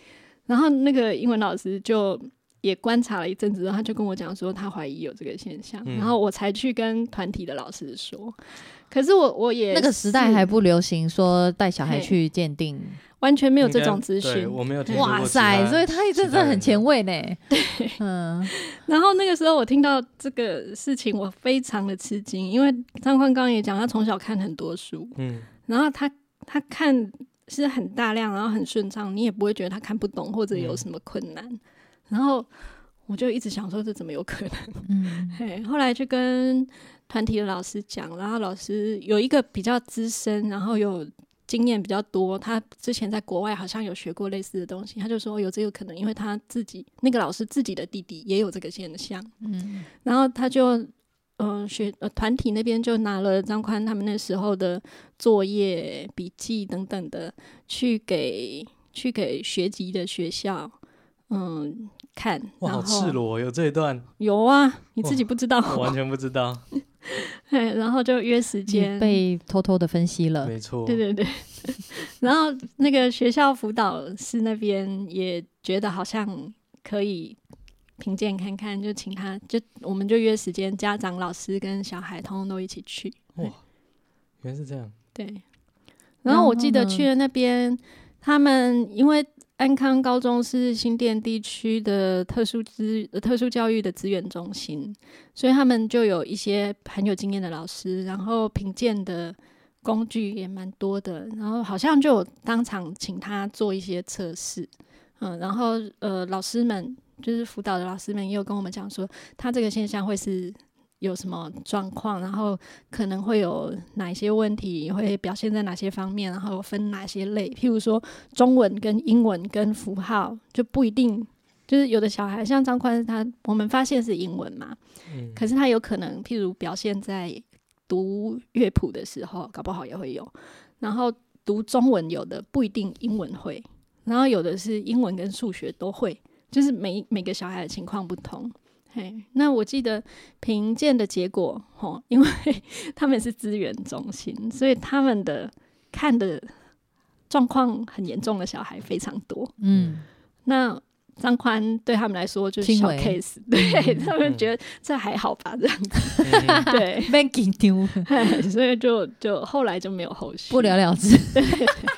然后那个英文老师就也观察了一阵子，然后他就跟我讲说他怀疑有这个现象，嗯然后我才去跟团体的老师说。可是我我也那个时代是还不流行说带小孩嘿去鉴定，完全没没有这种资对讯，我没有听说过哇其他塞，所以他一直真的很前卫呢，对， 嗯，然后那个时候我听到这个事情，我非常的吃惊，因为张宽刚也讲，他从小看很多书，嗯，然后他他看是很大量，然后很顺畅，你也不会觉得他看不懂或者嗯有什么困难。然后我就一直想说，这怎么有可能？嗯嘿，后来就跟团体的老师讲，然后老师有一个比较资深，然后有经验比较多，他之前在国外好像有学过类似的东西，他就说有这个可能，因为他自己那个老师自己的弟弟也有这个现象。嗯然后他就呃学呃团体那边就拿了张宽他们那时候的作业、笔记等等的，去给去给学籍的学校嗯看，哇，然好后赤裸，有这一段有啊，你自己不知道，我完全不知道。嘿然后就约时间你被偷偷的分析了，没错， 对对对， 然后那个学校辅导室那边也觉得好像可以评鉴看看，就请他就我们就约时间，家长、老师跟小孩通通都一起去。哇，原来是这样。对，然然后我后记得呢去了那边，他们因为安康高中是新店地区的特殊资呃特殊教育的资源中心，所以他们就有一些很有经验的老师，然后评鉴的工具也蛮多的，然后好像就有当场请他做一些测试，嗯，然后呃老师们就是辅导的老师们也有跟我们讲说，他这个现象会是有什么状况，然后可能会有哪一些问题，会表现在哪些方面，然后分哪些类。譬如说，中文跟英文跟符号就不一定，就是有的小孩像张宽他，我们发现是英文嘛， 嗯，可是他有可能譬如表现在读乐谱的时候，搞不好也会有。然后读中文有的不一定英文会，然后有的是英文跟数学都会，就是每每个小孩的情况不同。嘿，那我记得评鉴的结果，吼，因为 他们是资源中心，所以他们的看的状况很严重的小孩非常多。嗯，那张宽对他们来说就是轻小微 case，对他们嗯觉得这还好吧，这样子 嗯对被给丢， 嘿，所以就就后来就没有后续不了。了之。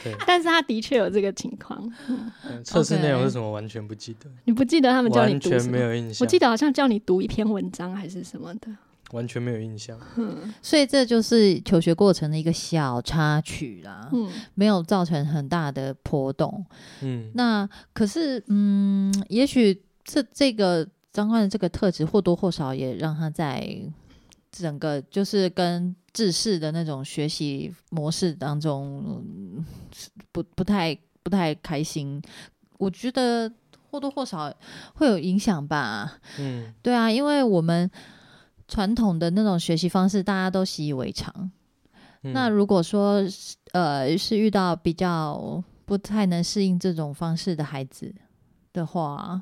对，但是他的确有这个情况，嗯测试内容 OK 是什么完全不记得，你不记得他们叫你完读全什没么？有印象，我记得好像叫你读一篇文章还是什么的，完全没有印象。嗯所以这就是求学过程的一个小插曲啦，嗯，没有造成很大的波动。嗯，那可是，嗯，也许这这个张冠的这个特质或多或少也让他在整个就是跟制式的那种学习模式当中，嗯不不太不太开心。我觉得或多或少会有影响吧。嗯，对啊，因为我们传统的那种学习方式，大家都习以为常。嗯那如果说是呃是遇到比较不太能适应这种方式的孩子的话，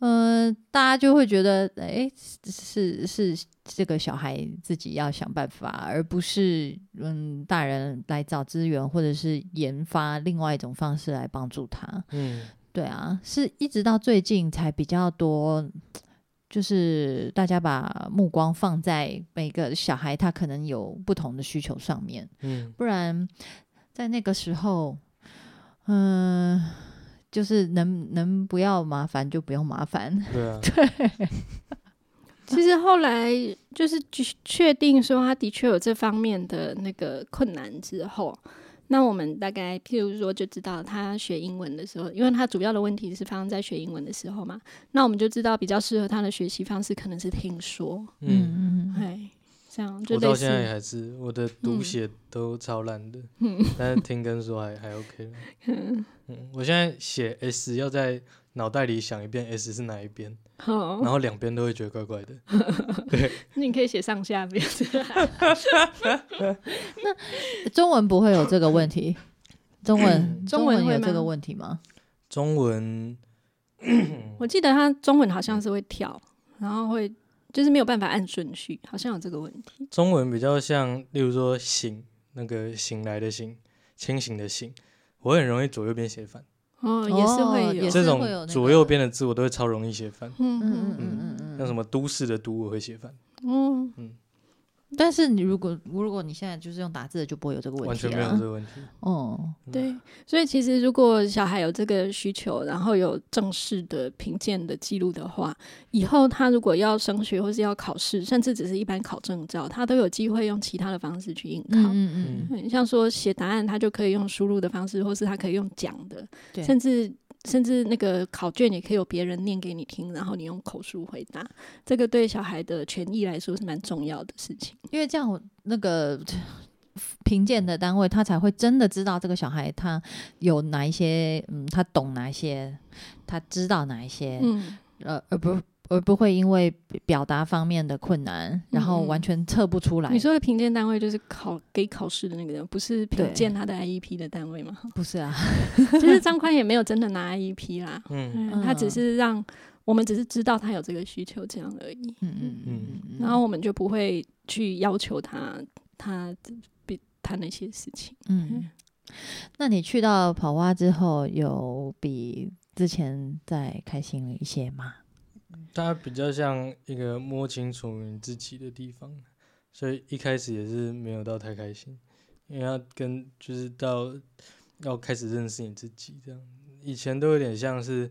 嗯、大家就会觉得，哎，是是是这个小孩自己要想办法，而不是嗯大人来找资源或者是研发另外一种方式来帮助他。嗯对啊，是一直到最近才比较多，就是大家把目光放在每个小孩他可能有不同的需求上面，嗯不然在那个时候，嗯、就是能能不要麻烦就不用麻烦。对 啊，其实后来就是确确定说他的确有这方面的那个困难之后，那我们大概譬如说就知道他学英文的时候，因为他主要的问题是发生在学英文的时候嘛，那我们就知道比较适合他的学习方式可能是听说，嗯， 嗯嗯哎，这样就我类到现在也似，还是我的读嗯写都超烂的，嗯 但是听跟说还还 OK 了。嗯，嗯，我现在写 S 要在脑袋里想一遍 S 是哪一边，好然，后两边都会觉得怪怪的。那你可以写上下边， 嗯中文不会有这个问题。中文嗯中文文会有这吗个问题吗？中文我记得他中文好像是会跳，然后会就是没有办法按顺序，好像有这个问题，中文比较像，例如说醒，那个醒来的醒，清醒的醒，我很容易左右边写反，哦，也是哦会也有，是这会种有那个左右边的字我都会超容易写反。嗯嗯嗯嗯嗯嗯嗯。像什么都市的都我会写反，嗯。但是你如果如果你现在就是用打字的，就不会有这个问题完全没有这个问题。嗯哦，啊对，所以其实如果小孩有这个需求，然后有正式的评鉴的记录的话，以后他如果要升学或是要考试，甚至只是一般考证照，他都有机会用其他的方式去应考。嗯嗯嗯嗯，像说写答案，他就可以用输入的方式，或是他可以用讲的，对甚至甚至那个考卷也可以有别人念给你听，然后你用口述回答。这个对小孩的权益来说是蛮重要的事情。因为这样我那个评鉴的单位他才会真的知道这个小孩他有哪一些，嗯，他懂哪一些，他知道哪一些，嗯，呃，而不而不会因为表达方面的困难，然后完全测不出来。你说的评鉴单位就是考给考试的那个人，不是评鉴他的 IEP 的单位吗？ 不是啊？其实张宽也没有真的拿 IEP 啦，嗯，嗯， 嗯他只是让我们只是知道他有这个需求这样而已，嗯嗯嗯嗯，然后我们就不会去要求他他比他那些事情。嗯，那你去到跑蛙之后，有比之前再开心了一些吗？ 它嗯比较像一个摸清楚你自己的地方，所以一开始也是没有到太开心，因为要跟就是到要开始认识你自己这样，以前都有点像是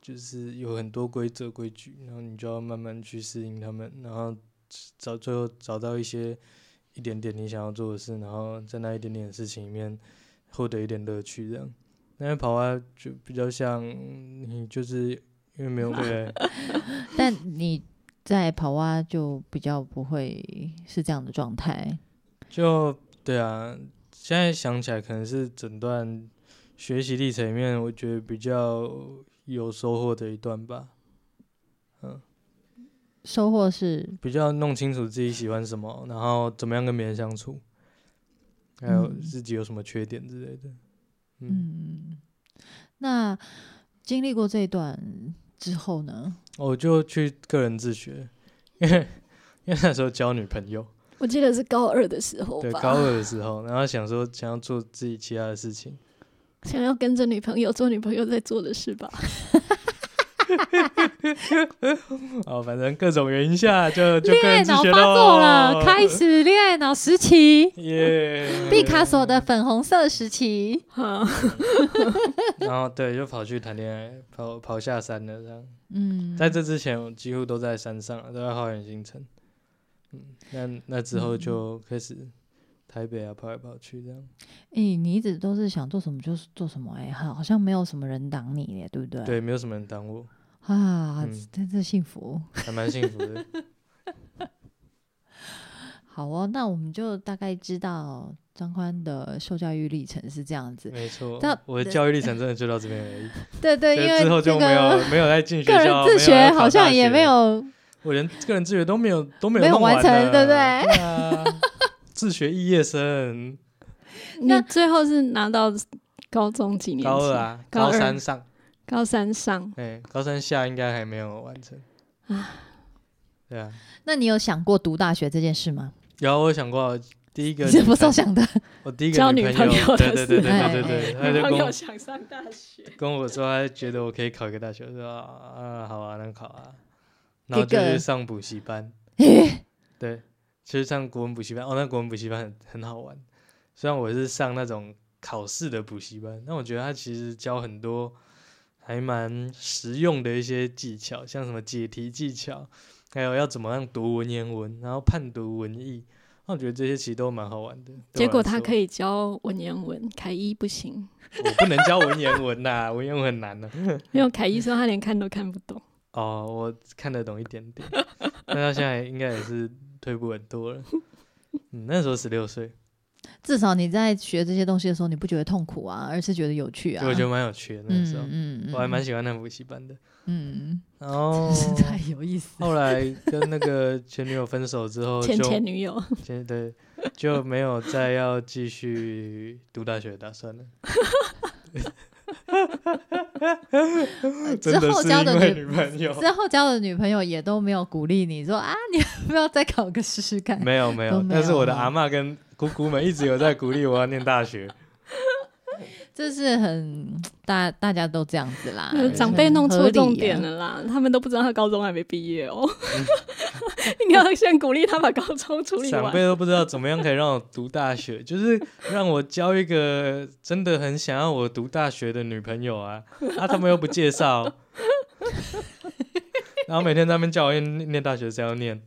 就是有很多规则规矩，然后你就要慢慢去适应他们，然后找最后找到一些一点点你想要做的事，然后在那一点点的事情里面获得一点乐趣这样。但是跑啊就比较像你就是因为没有未来。但你在跑蛙就比较不会是这样的状态。就对啊，现在想起来，可能是整段学习历程里面，我觉得比较有收获的一段吧。收获是比较弄清楚自己喜欢什么，然后怎么样跟别人相处，还有嗯自己有什么缺点之类的。嗯，嗯，那经历过这一段之后呢？哦我就去个人自学， 因为因为那时候交女朋友，我记得是高二的时候对，吧，高二的时候，然后想说想要做自己其他的事情，想要跟着女朋友做女朋友在做的事 吧。哦，反正各种原因下就就个恋爱人自脑学发作咯了，开始恋爱脑时期，耶，毕卡索的粉红色时期。哈，然后对，就跑去谈恋爱，跑跑下山了这样。嗯，在这之前，我几乎都在山上啊，都在花园新城。嗯，那那之后就开始台北啊，跑来跑去这样。嗯诶、你一直都是想做什么就是做什么、诶，好，好像没有什么人挡你耶，对不对？对，没有什么人挡我，啊嗯，真是幸福。还蛮幸福 的。好哦，那我们就大概知道张宽的受教育历程是这样子。没错但，我的教育历程真的就到这边而已。对对，因所以之为后这就没 有个没有再进学个人校，自没有学再考好大像也学没，有我连个人自学都没有都没没有弄完成呢对不对对啊自学肄业 生，那最后是拿到高中几年级？高二啊，高高二三上，高三上。哎，高三下应该还没有完成。 对啊，那你有想过读大学这件事吗？有我有想过第一个女你什朋友，么时候想的？ 我第一个交女朋朋友对对的事对对对对对，哎他就跟我啊想上大学，跟我说，他觉得我可以考一个大学，我说啊，好啊，能考啊，然后就一去个上补习 班，对，其实上国文补习班，哦，那国文补习班很很好玩，虽然我是上那种考试的补习班，但我觉得他其实教很多还蛮实用的一些技巧，像什么解题技巧，还有要怎么样读文言文，然后判读文意，那我觉得这些其实都蛮好玩的。结果他以。可以教文言文，凯一不行，我不能教文言文呐、 文言文很难的、啊因为凯一说他连看都看不懂。哦，我看得懂一点点，但他现在应该也是退步很多了。嗯，那时候十六岁，至少你在学这些东西的时候，你不觉得痛苦啊，而是觉得有趣啊。就我觉得蛮有趣的。那个时候、嗯嗯我还蛮哦喜欢那补习班的。嗯，然后真 是太有意 思。后来跟那个前女友分手之后，前就前女友，前对就没有再要继续读大学的打算了。真 嗯之的后是交因的为女女朋友之后交的女朋友也都没有鼓励你说啊， 你要不要再考个试试看？没有没有都，没但是我有的吗阿嬷跟姑姑们一直有在鼓励我要念大学。这是很大大家都这样子啦哎呃， 长辈弄错重点了。了啦，啊他们都不知道他高中还没毕业哦。 你要先鼓励他把高中处理嗯长完辈。都不知道怎么样可以让我读大学，就是让我交一个真的很想要我读大学的女朋友啊，啊，他们又不介绍，然后每天在那边叫我念念大学是要念，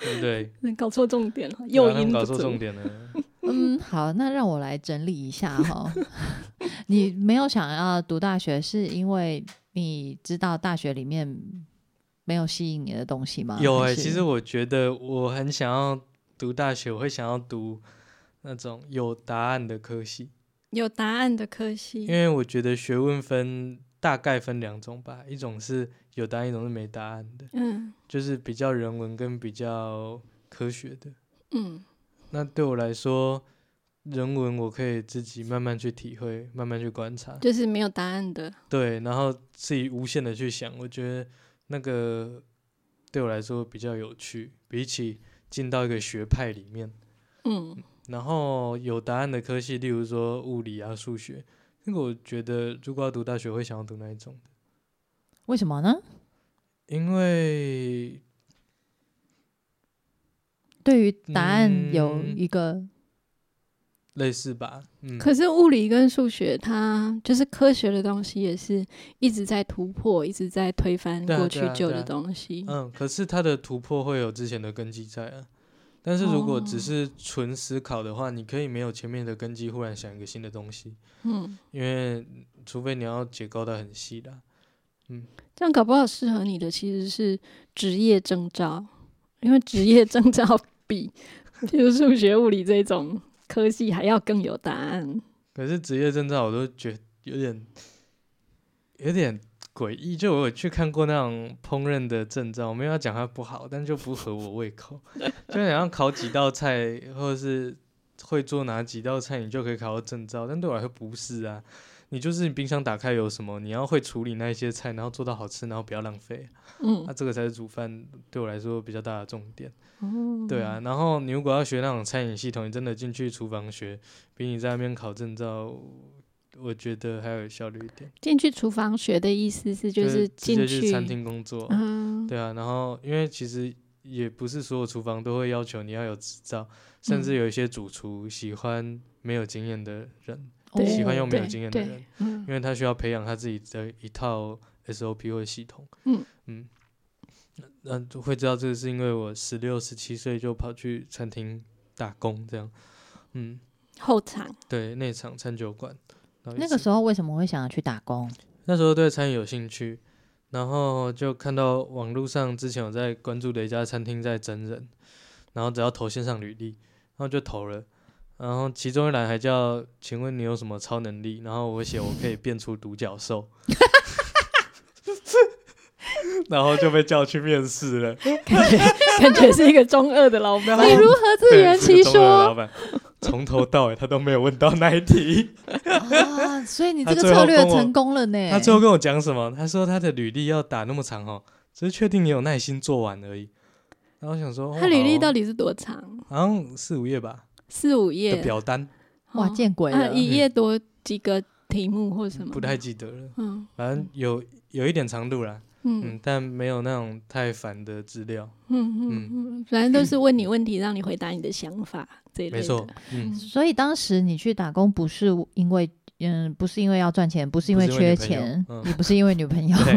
对不对？搞错重点了，对诱啊他因们搞不错足重。点 了。嗯，好，那让我来整理一下哈。 你没有想要读大学，是因为你知道大学里面没有吸引你的东西吗？啊有哎、哎、其实我觉得我很想要读大学，我会想要读那种有答案的科系，有答案的科系因，为我觉得学问分大概分两种吧，一种是有答案，一种是没答案的。嗯就是比较人文跟比较科学的。嗯那对我来说，人文我可以自己慢慢去体会，慢慢去观察，就是没有答案的，对，然后自己无限的去想。我觉得那个对我来说比较有趣，比起进到一个学派里面，嗯，然后有答案的科系，例如说物理啊、数学，那个我觉得如果要读大学，会想要读那一种。为什么呢？因为对于答案有嗯一个、类似吧，嗯，可是物理跟数学，它就是科学的东西，也是一直在突破，一直在推翻对啊过对去啊旧对的啊东西。嗯，可是它的突破会有之前的根基在啊。但是如果只哦是纯思考的话，你可以没有前面的根基，忽然想一个新的东西，嗯，因为除非你要解构的很细啦。这样搞不好适合你的其实是职业证照，因为职业证照比 就是数学、物理这种科系还要更有答案。可是职业证照我都觉得有点有点诡异，就我有去看过那种烹饪的证照，没有要讲它不好，但就不合我胃口。就想要烤几道菜，或者是会做哪几道菜，你就可以考到证照。但对我来说不是啊，你就是你冰箱打开有什么，你要会处理那一些菜，然后做到好吃，然后不要浪费。啊嗯那、，这个才是煮饭对我来说比较大的重点。嗯对哦啊，然后你如果要学那种餐饮系统，你真的进去厨房学，比你在那边考证照，我觉得还有效率一点。进去厨房学的意思是就是直进接去餐厅工作，嗯，对啊，然后因为其实也不是所有厨房都会要求你要有执照，嗯甚至有一些主厨喜欢没有经验的人，哦喜欢对用没有经验的对人，嗯因为他需要培养他自己的一套 SOP 或系统。嗯嗯，那那会知道这个是因为我十六、十七岁就跑去餐厅打工，这样，嗯，后场 对，内场餐酒馆。然后一那个直时候为什么会想要去 打工？那时候对餐饮有兴趣，然后就看到网络上之前有在关注的一家餐厅在真人，然后只要投线上履历，然后就投了。然后其中一栏还叫“请问你有什么超能力？”然后我写我可以变出独角兽，然后就被叫去面试了。感觉感觉是一个中二 的老板， 你如何自对圆是个其中二的老说板从头到尾他都没有问到那一题。啊？所以你这个他最后策略跟我成功了呢。他最后跟我讲什么？他说他的履历要打那么长哦，只是确定你有耐心做完而已。然后我想说，他履历到底底是多长？好像四五页吧四五页的表单，哦哇，见鬼啊了！一页多几个题目或什么？不太记得了。嗯反正有有一点长度啦，嗯嗯，但没有那种太烦的资料。嗯嗯嗯，反正 都是问你问题，让你回答你的想法这一类没的。错，嗯，所以当时你去打工不是因为嗯，不是因为要赚钱，不是因为不是因为缺女朋友钱，嗯也不是因为女朋友，对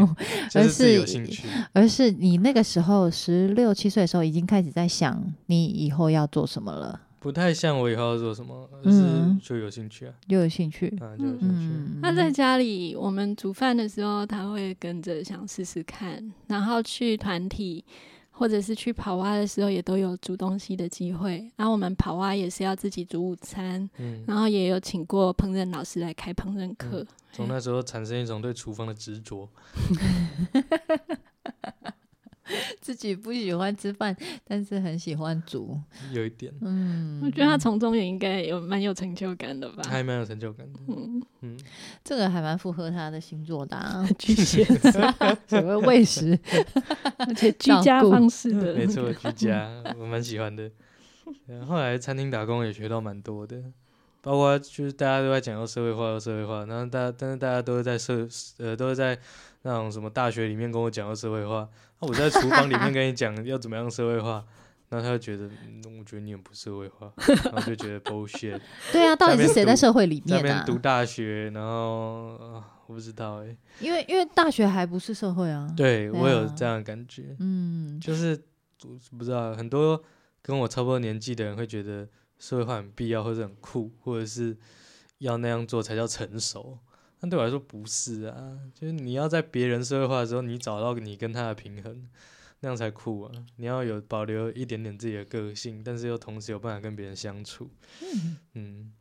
就而是自己有是兴趣。 而是你那个时候十六七岁的时候已经开始在想你以后要做什么了，不太像我以后要做什么，而是嗯就有兴趣啊，又有兴趣。啊，就有兴趣。嗯，他在家里，我们煮饭的时候，他会跟着想试试看，然后去团体或者是去跑啊蛙的时候，也都有煮东西的机会。然、后我们跑啊蛙也是要自己煮午餐，嗯，然后也有请过烹饪老师来开烹饪课。从那时候产生一种对厨房的执着。自己不喜欢吃饭，但是很喜欢煮。有一点，嗯，我觉得他从中也应该有蛮有成就感的吧。还蛮有成就感的。嗯，，嗯，这个还蛮符合他的星座的、啊巨 蟹， 所谓喂食。而 且居家方式的， 没错，居家我蛮喜欢的。呃后来餐厅打工也学到蛮多的，包括就是大家都在讲要社会化，要社会化，然后大家但是大家都是在社呃都是在那种什么大学里面跟我讲要社会化，那、我在厨房里面跟你讲要怎么样社会化， 然后他就觉得、嗯我觉得你很不社会化，然后就觉得 bullshit，对啊，到底是谁在社会里在那面边啊？读大学，然后、啊我不知道哎、因为因为大学还不是社会啊。，对我有啊这样的感觉，嗯，就是我不知道很多跟我差不多年纪的人会觉得社会化很必要，或者很酷，或者是要那样做才叫成熟。但对我来说不是啊，就是你要在别人社会化的时候，你找到你跟他的平衡，那样才酷啊。你要有保留一点点自己的个性，但是又同时有办法跟别人相处。嗯，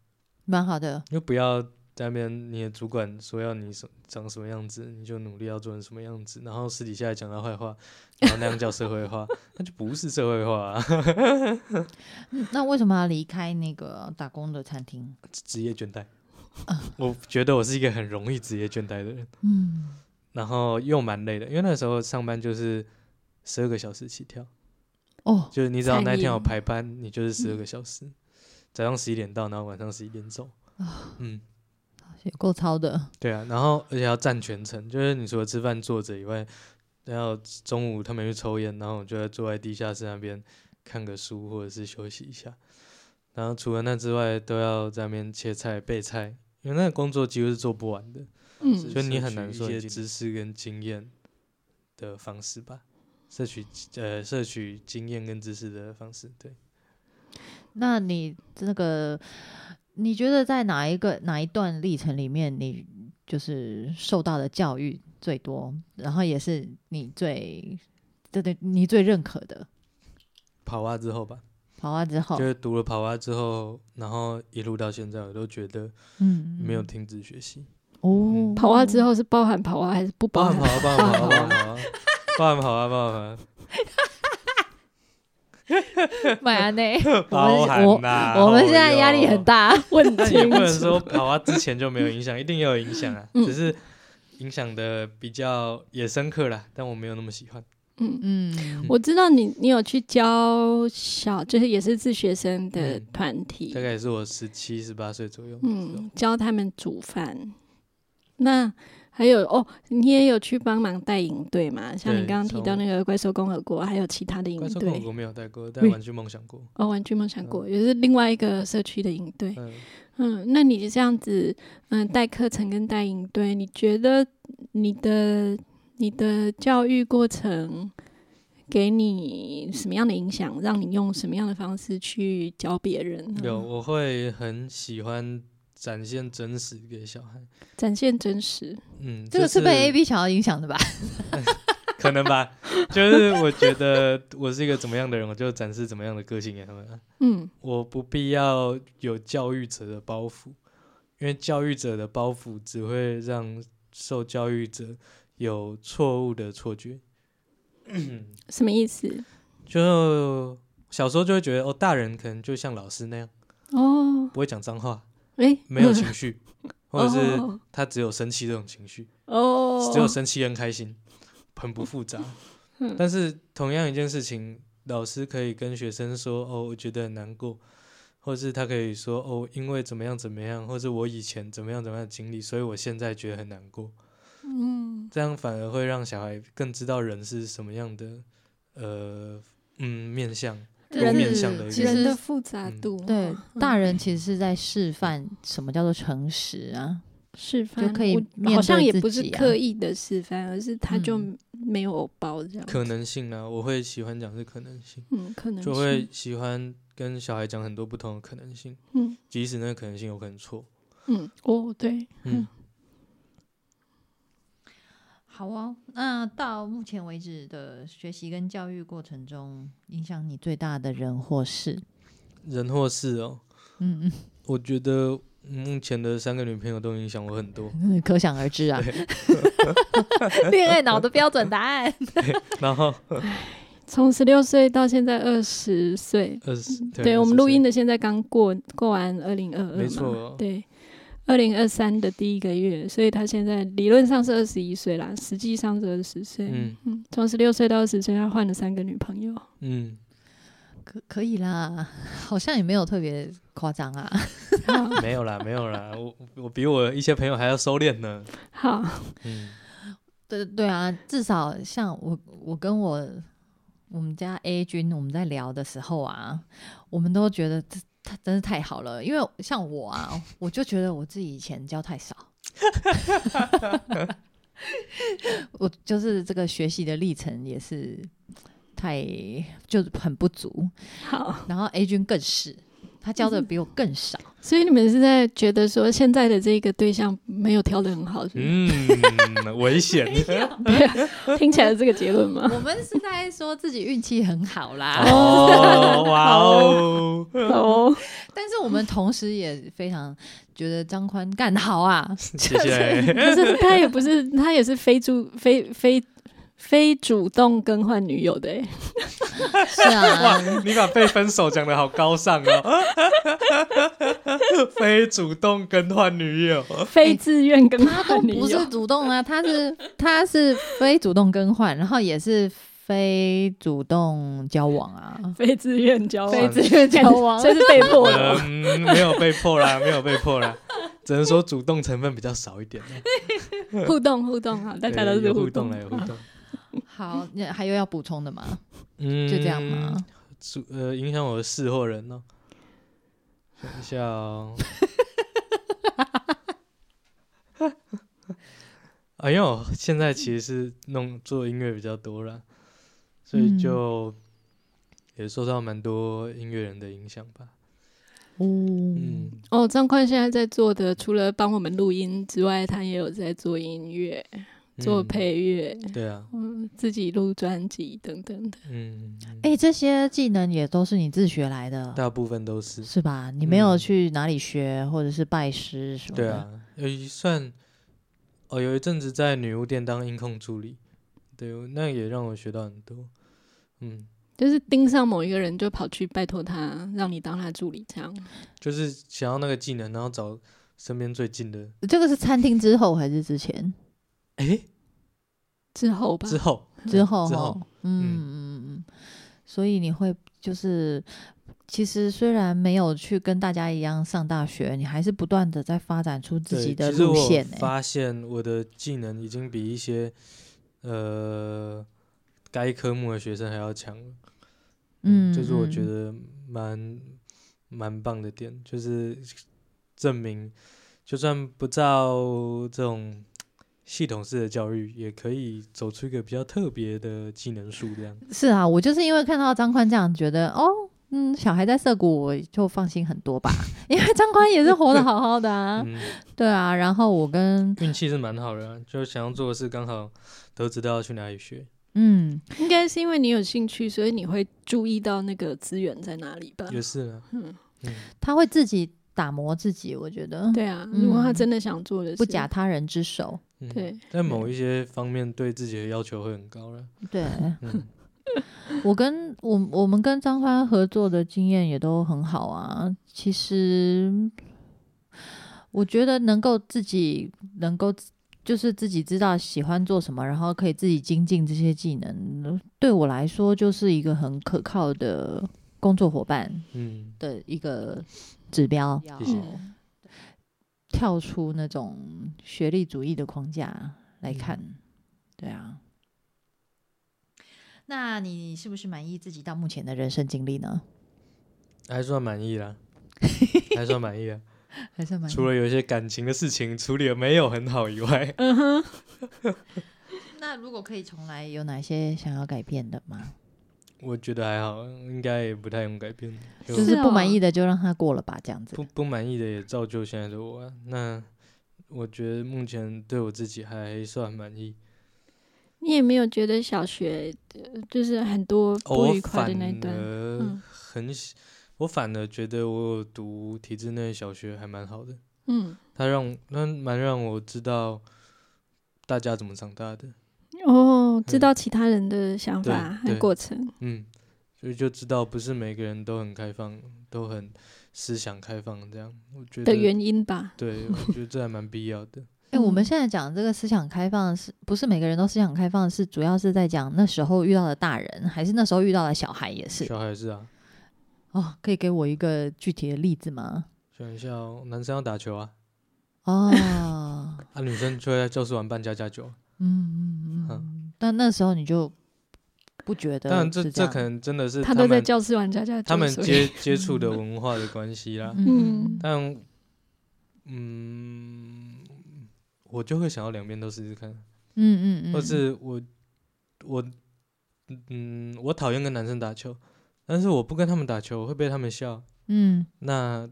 蛮好的。又不要在那边你的主管说要你什长什么样子，你就努力要做成什么样子，然后私底下还讲他坏话，然后那样叫社会化， 那就不是社会化、啊， 嗯那为什么要离开那个打工的餐厅？职业倦怠。我觉得我是一个很容易职业倦怠的人，嗯，然后又蛮累的，因为那时候上班就是十二个小时起跳，哦，就是你只要餐那天有饮排班，你就是十二个小时，早上十一点到，然后晚上十一点走。嗯，也够糙的。对啊，然后而且要站全程，就是你除了吃饭坐着以外，然后中午他们去抽烟，然后我就在坐在地下室那边看个书或者是休息一下。然后除了那之外，都要在那边切菜备菜，因为那个工作几乎是做不完的，嗯，所以你很摄难取一说一些些经知识跟经验的方式吧。摄取呃，摄取经验跟知识的方式，对，那你这个，你觉得在哪一个哪一段历程里面，你就是受到的教育最多，然后也是你最对对你最认可的？跑蛙之后吧，跑啊完之后嗯就，是读了跑蛙啊之后，然后一路到现在，我都觉得嗯，没有嗯停止学习。哦，跑蛙之后是包含跑蛙还是不 包包含含跑？啊，包含跑啊，包含跑啊，包含跑啊，包含买呢？跑啊，包含呐。我们现在压力很大。大，问但题也不能说跑啊之前就没有影响，一定也有影 响啊，嗯只是影响的比较也深刻啦，但我没有那么喜欢。嗯，嗯，我知道你你有去教小，就是也是自学生的嗯团体大，概也是我十七、十八岁左右。嗯，嗯，教他们煮饭。那还有哦，你也有去帮忙带营队嘛？像你对刚刚提到那个怪兽共和国，还有其他的营怪兽共和队国嗯没有带过，但玩具梦想过。哦，玩具梦想国也是另外一个社区的营队。嗯，嗯，那你这样子，嗯，带课程跟带营队，你觉得你的你的教育过程给你什么样的影响？让你用什么样的方式去教别人嗯呢？有，我会很喜欢展现真实给小孩。展现真实，嗯，这个是是被 A B 想要影响的吧？可能吧，就是我觉得我是一个怎么样的人，我就展示怎么样的个性给他们啊。嗯我不必要有教育者的包袱，因为教育者的包袱只会让受教育者有错误的错觉。什么意思？就小时候就会觉得，哦，大人可能就像老师那样，哦，不会讲脏话，诶，没 有情绪，或者是哦他只有生气这种情绪。哦，嗯只有生气跟开心，很不复 杂。但是同样一件事情，老师可以跟学生说：“哦，我觉得很难过。”或是他可以说：“哦，因为怎么样怎么样，或是我以前怎么样怎么样的经历，所以我现在觉得很难过。”嗯这样反而会让小孩更知道人是什么样的，呃，嗯，面相。就多是面向的一个其人实的复杂嗯度，对嗯大人其实是在示范什么叫做诚实啊。示范可以我面好像对也自不是己啊刻意的示范，而是他就嗯没有偶包这样，可能性呢、我会喜欢讲是可能性，嗯，可能就是会喜欢跟小孩讲很多不同的可能性，嗯即使那个可能性有可能错。嗯，哦，对，嗯，好哦，那到目前为止的学习跟教育过程中，影响你最大的人或事，人或事哦、嗯嗯，我觉得目前的三个女朋友都影响我很 多嗯， 可想而知啊。 恋爱脑的标准答案，然后从十六岁到现在二十岁，二十，对我们录音的，的现在刚过过完二零二二，没错对，二零二三的第一个月，所以他现在理论上是二十一岁啦，实际上是二十岁，嗯嗯，从十六岁到二十岁，他换了三个女 朋友，嗯，可可以啦，好像也没有特别夸张啊。没有啦，没有啦，我我比我一些朋友还要收敛呢，好，嗯，对对啊，至少像我，我跟我我们家 A 君我们在聊的时候啊，我们都觉得这他真是太好了，因为像我啊，我就觉得我自己以前教太少。 我就是这个学习的历程也是太就是很不足，好，然后 A 君更是，他教的比我更少。所以你们是在觉得说现在的这个对象没有挑的很好，是不是 嗯，危险，嗯听起来是这个结论 吗？ 我们是在说自己运气很好啦，哦，哇哦，哦，但是我们同时也非常觉得张宽干得好啊， 谢谢，可是他也不是，他也是非主非非非主动更换女友的、欸，是啊，你把被分手讲的好高尚哦， 非主动更换女友，非自愿更 他都换女不友是。主动啊，他是他是非主动更换，然后也是非主动交往啊，非自愿交往，非自愿交往所以是被迫 的。嗯，没有被迫啦，没有被迫啦，只能说主动成分比较少一点。互动互动啊，大家都对是有互动来有互动，好，那还有要补充的吗？嗯，就这样吗？？主呃，影响我的事或人呢、想一下 哦。啊，因为我现在其实是弄做音乐比较多啦，所以嗯就也受到蛮多音乐人的影响吧。哦，嗯，哦，张宽现在在做的，除了帮我们录音之外，他也有在做音乐、做嗯，配乐，对啊，嗯，自己录专辑等等的。嗯，哎、这些技能也都是你自学来的，大部分都是。是吧？你没有嗯去哪里学，或者是拜师什么的？对啊，呃，算哦，有一阵子在女巫店当音控助理，对，那也让我学到很多。嗯，就是盯上某一个人，就跑去拜托他，让你当他助理，这样。就是想要那个技能，然后找身边最近的。这个是餐厅之后还是之前？哎、之后吧，之后 之后之吼后，嗯嗯嗯嗯，所以你会就是，其实虽然没有去跟大家一样上大学，你还是不断的在发展出自对己的其实路我线、欸。发现我的技能已经比一些呃该科目的学生还要强了。嗯，这是我觉嗯得蛮蛮棒的点，就是证明，就算不照这种系统式的教育，也可以走出一个比较特别的技能树这样。是啊，我就是因为看到张宽这样，觉得哦，嗯，小孩在涩谷，我就放心很多吧， 因为张宽也是活得好好的啊，嗯，对啊。然后我跟运气是蛮好的、啊，就想要做的事刚好都知道要去哪里学。嗯，应该是因为你有兴趣，所以你会注意到那个资源在哪里吧？也是啊，嗯，嗯，他会自己打磨自己，我觉得对啊，嗯如果他真的想做的事，不假他人之手，嗯对，在某一些方面对自己的要求会很高了。对。 嗯，我跟我我们跟张宽合作的经验也都很好啊。其实我觉得能够自己能够就是自己知道喜欢做什么，然后可以自己精进这些技能，对我来说就是一个很可靠的工作伙伴嗯，的一个指标。谢谢嗯跳出那种学历主义的框架来看，对啊。那你是不是满意自己到目前的人生经历呢？还算满意 啦，还算满意啊。还是满意除。了有一些感情的事情处理的没有很好以外，嗯哼，那如果可以重来，有哪些想要改变的吗？我觉得还好，应该也不太用改变，就是是不满哦意的就让它过了吧，这样子不。不满意的也造就现在的我、啊。那我觉得目前对我自己还算满意。你也没有觉得小学呃就是很多哦不我愉快反的那一段，而嗯很喜，我反而觉得我有读体制内小学还蛮好的，嗯，它让那蛮让我知道大家怎么长大的，哦，知道其他人的想对法和对过程，嗯，所以就知道不是每个人都很开放，都很思想开放这样。我觉的得原因吧，对，我觉得这还蛮必要的。哎、我们现在讲这个思想开放是，不是每个人都思想开放？是主要是在讲那时候遇到的大人，还是那时候遇到的小孩？也是小孩是啊，哦，可以给我一个具体的例子吗？想一下哦，男生要打球啊， 哦，啊，女生就会在教室玩扮家家酒。嗯嗯嗯嗯，但那时候你就不觉得当然这，是这这样可能真的是他都们在教室玩家家酒，他们所以接接触的文化的关系啦。嗯嗯，但，嗯，我就会想要两边都试试看，嗯嗯嗯，或是我我嗯，我讨厌跟男生打球，但是我不跟他们打球，我会被他们笑。嗯那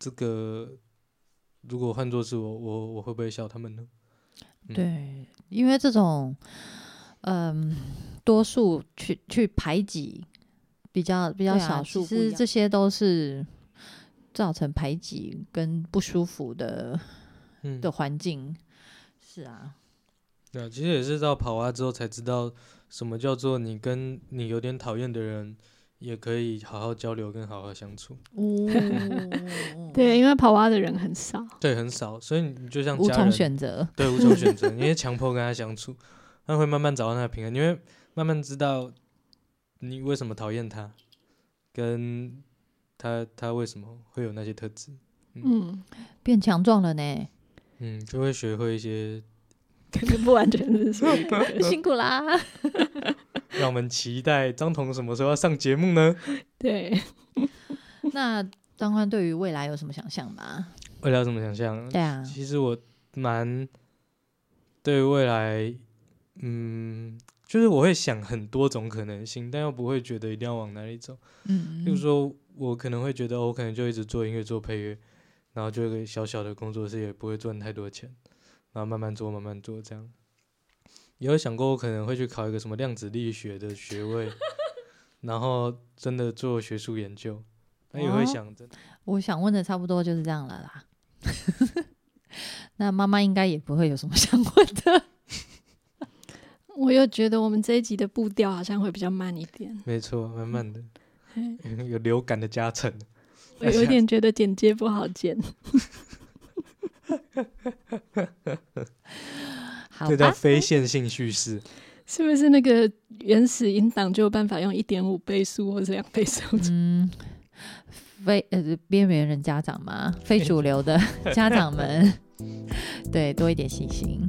这个如果换作是我，我我会不会笑他们呢？嗯对，因为这种嗯，多数去去排挤比较比较对啊少其数，其实实这些都是造成排挤跟不舒服的嗯，的环境。是啊，对啊，其实也是到跑蛙之后才知道，什么叫做你跟你有点讨厌的人，也可以好好交流跟好好相处。 哦 对，因为跑蛙的人很少，对，很少，所以你就像无家人，从选择，对，无从 选择，你也强迫跟他相处，他会慢慢找到那个平衡，你会慢慢知道你为什么讨厌他，跟他他为什么会有那些特质，嗯，变强壮了呢，嗯，就会学会一些可是不完全是 说一个人辛苦啦。让我们期待张彤什么时候要上节目 呢？对，那张宽对于未来有什么想象吗？未来要怎么想象？对啊，其实我蛮对未来，嗯，就是我会想很多种可能性，但又不会觉得一定要往哪里走。嗯，例如说，我可能会觉得，哦我可能就一直做音乐、做配乐，然后就有个小小的工作室，也不会赚太多钱，然后慢慢做、慢慢做这样。也有想过，我可能会去考一个什么量子力学的学位， 然后真的做学术研究。那也哇会想着，我想问的差不多就是这样了啦。 那妈妈应该也不会有什么想问 的。我又觉得我们这一集的步调好像会比较慢一点，没错，慢慢的嘿 嗯有流感的加成。哎我有点觉得剪接不好剪。好这叫吧，非线性叙事。是不是那个原始音档就有办法用一点五倍速或者两倍速？嗯，非呃边缘人家长嘛，非主流 的家长们，对，多一点信心，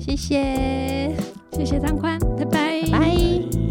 谢谢，谢谢张宽，拜拜拜拜。哎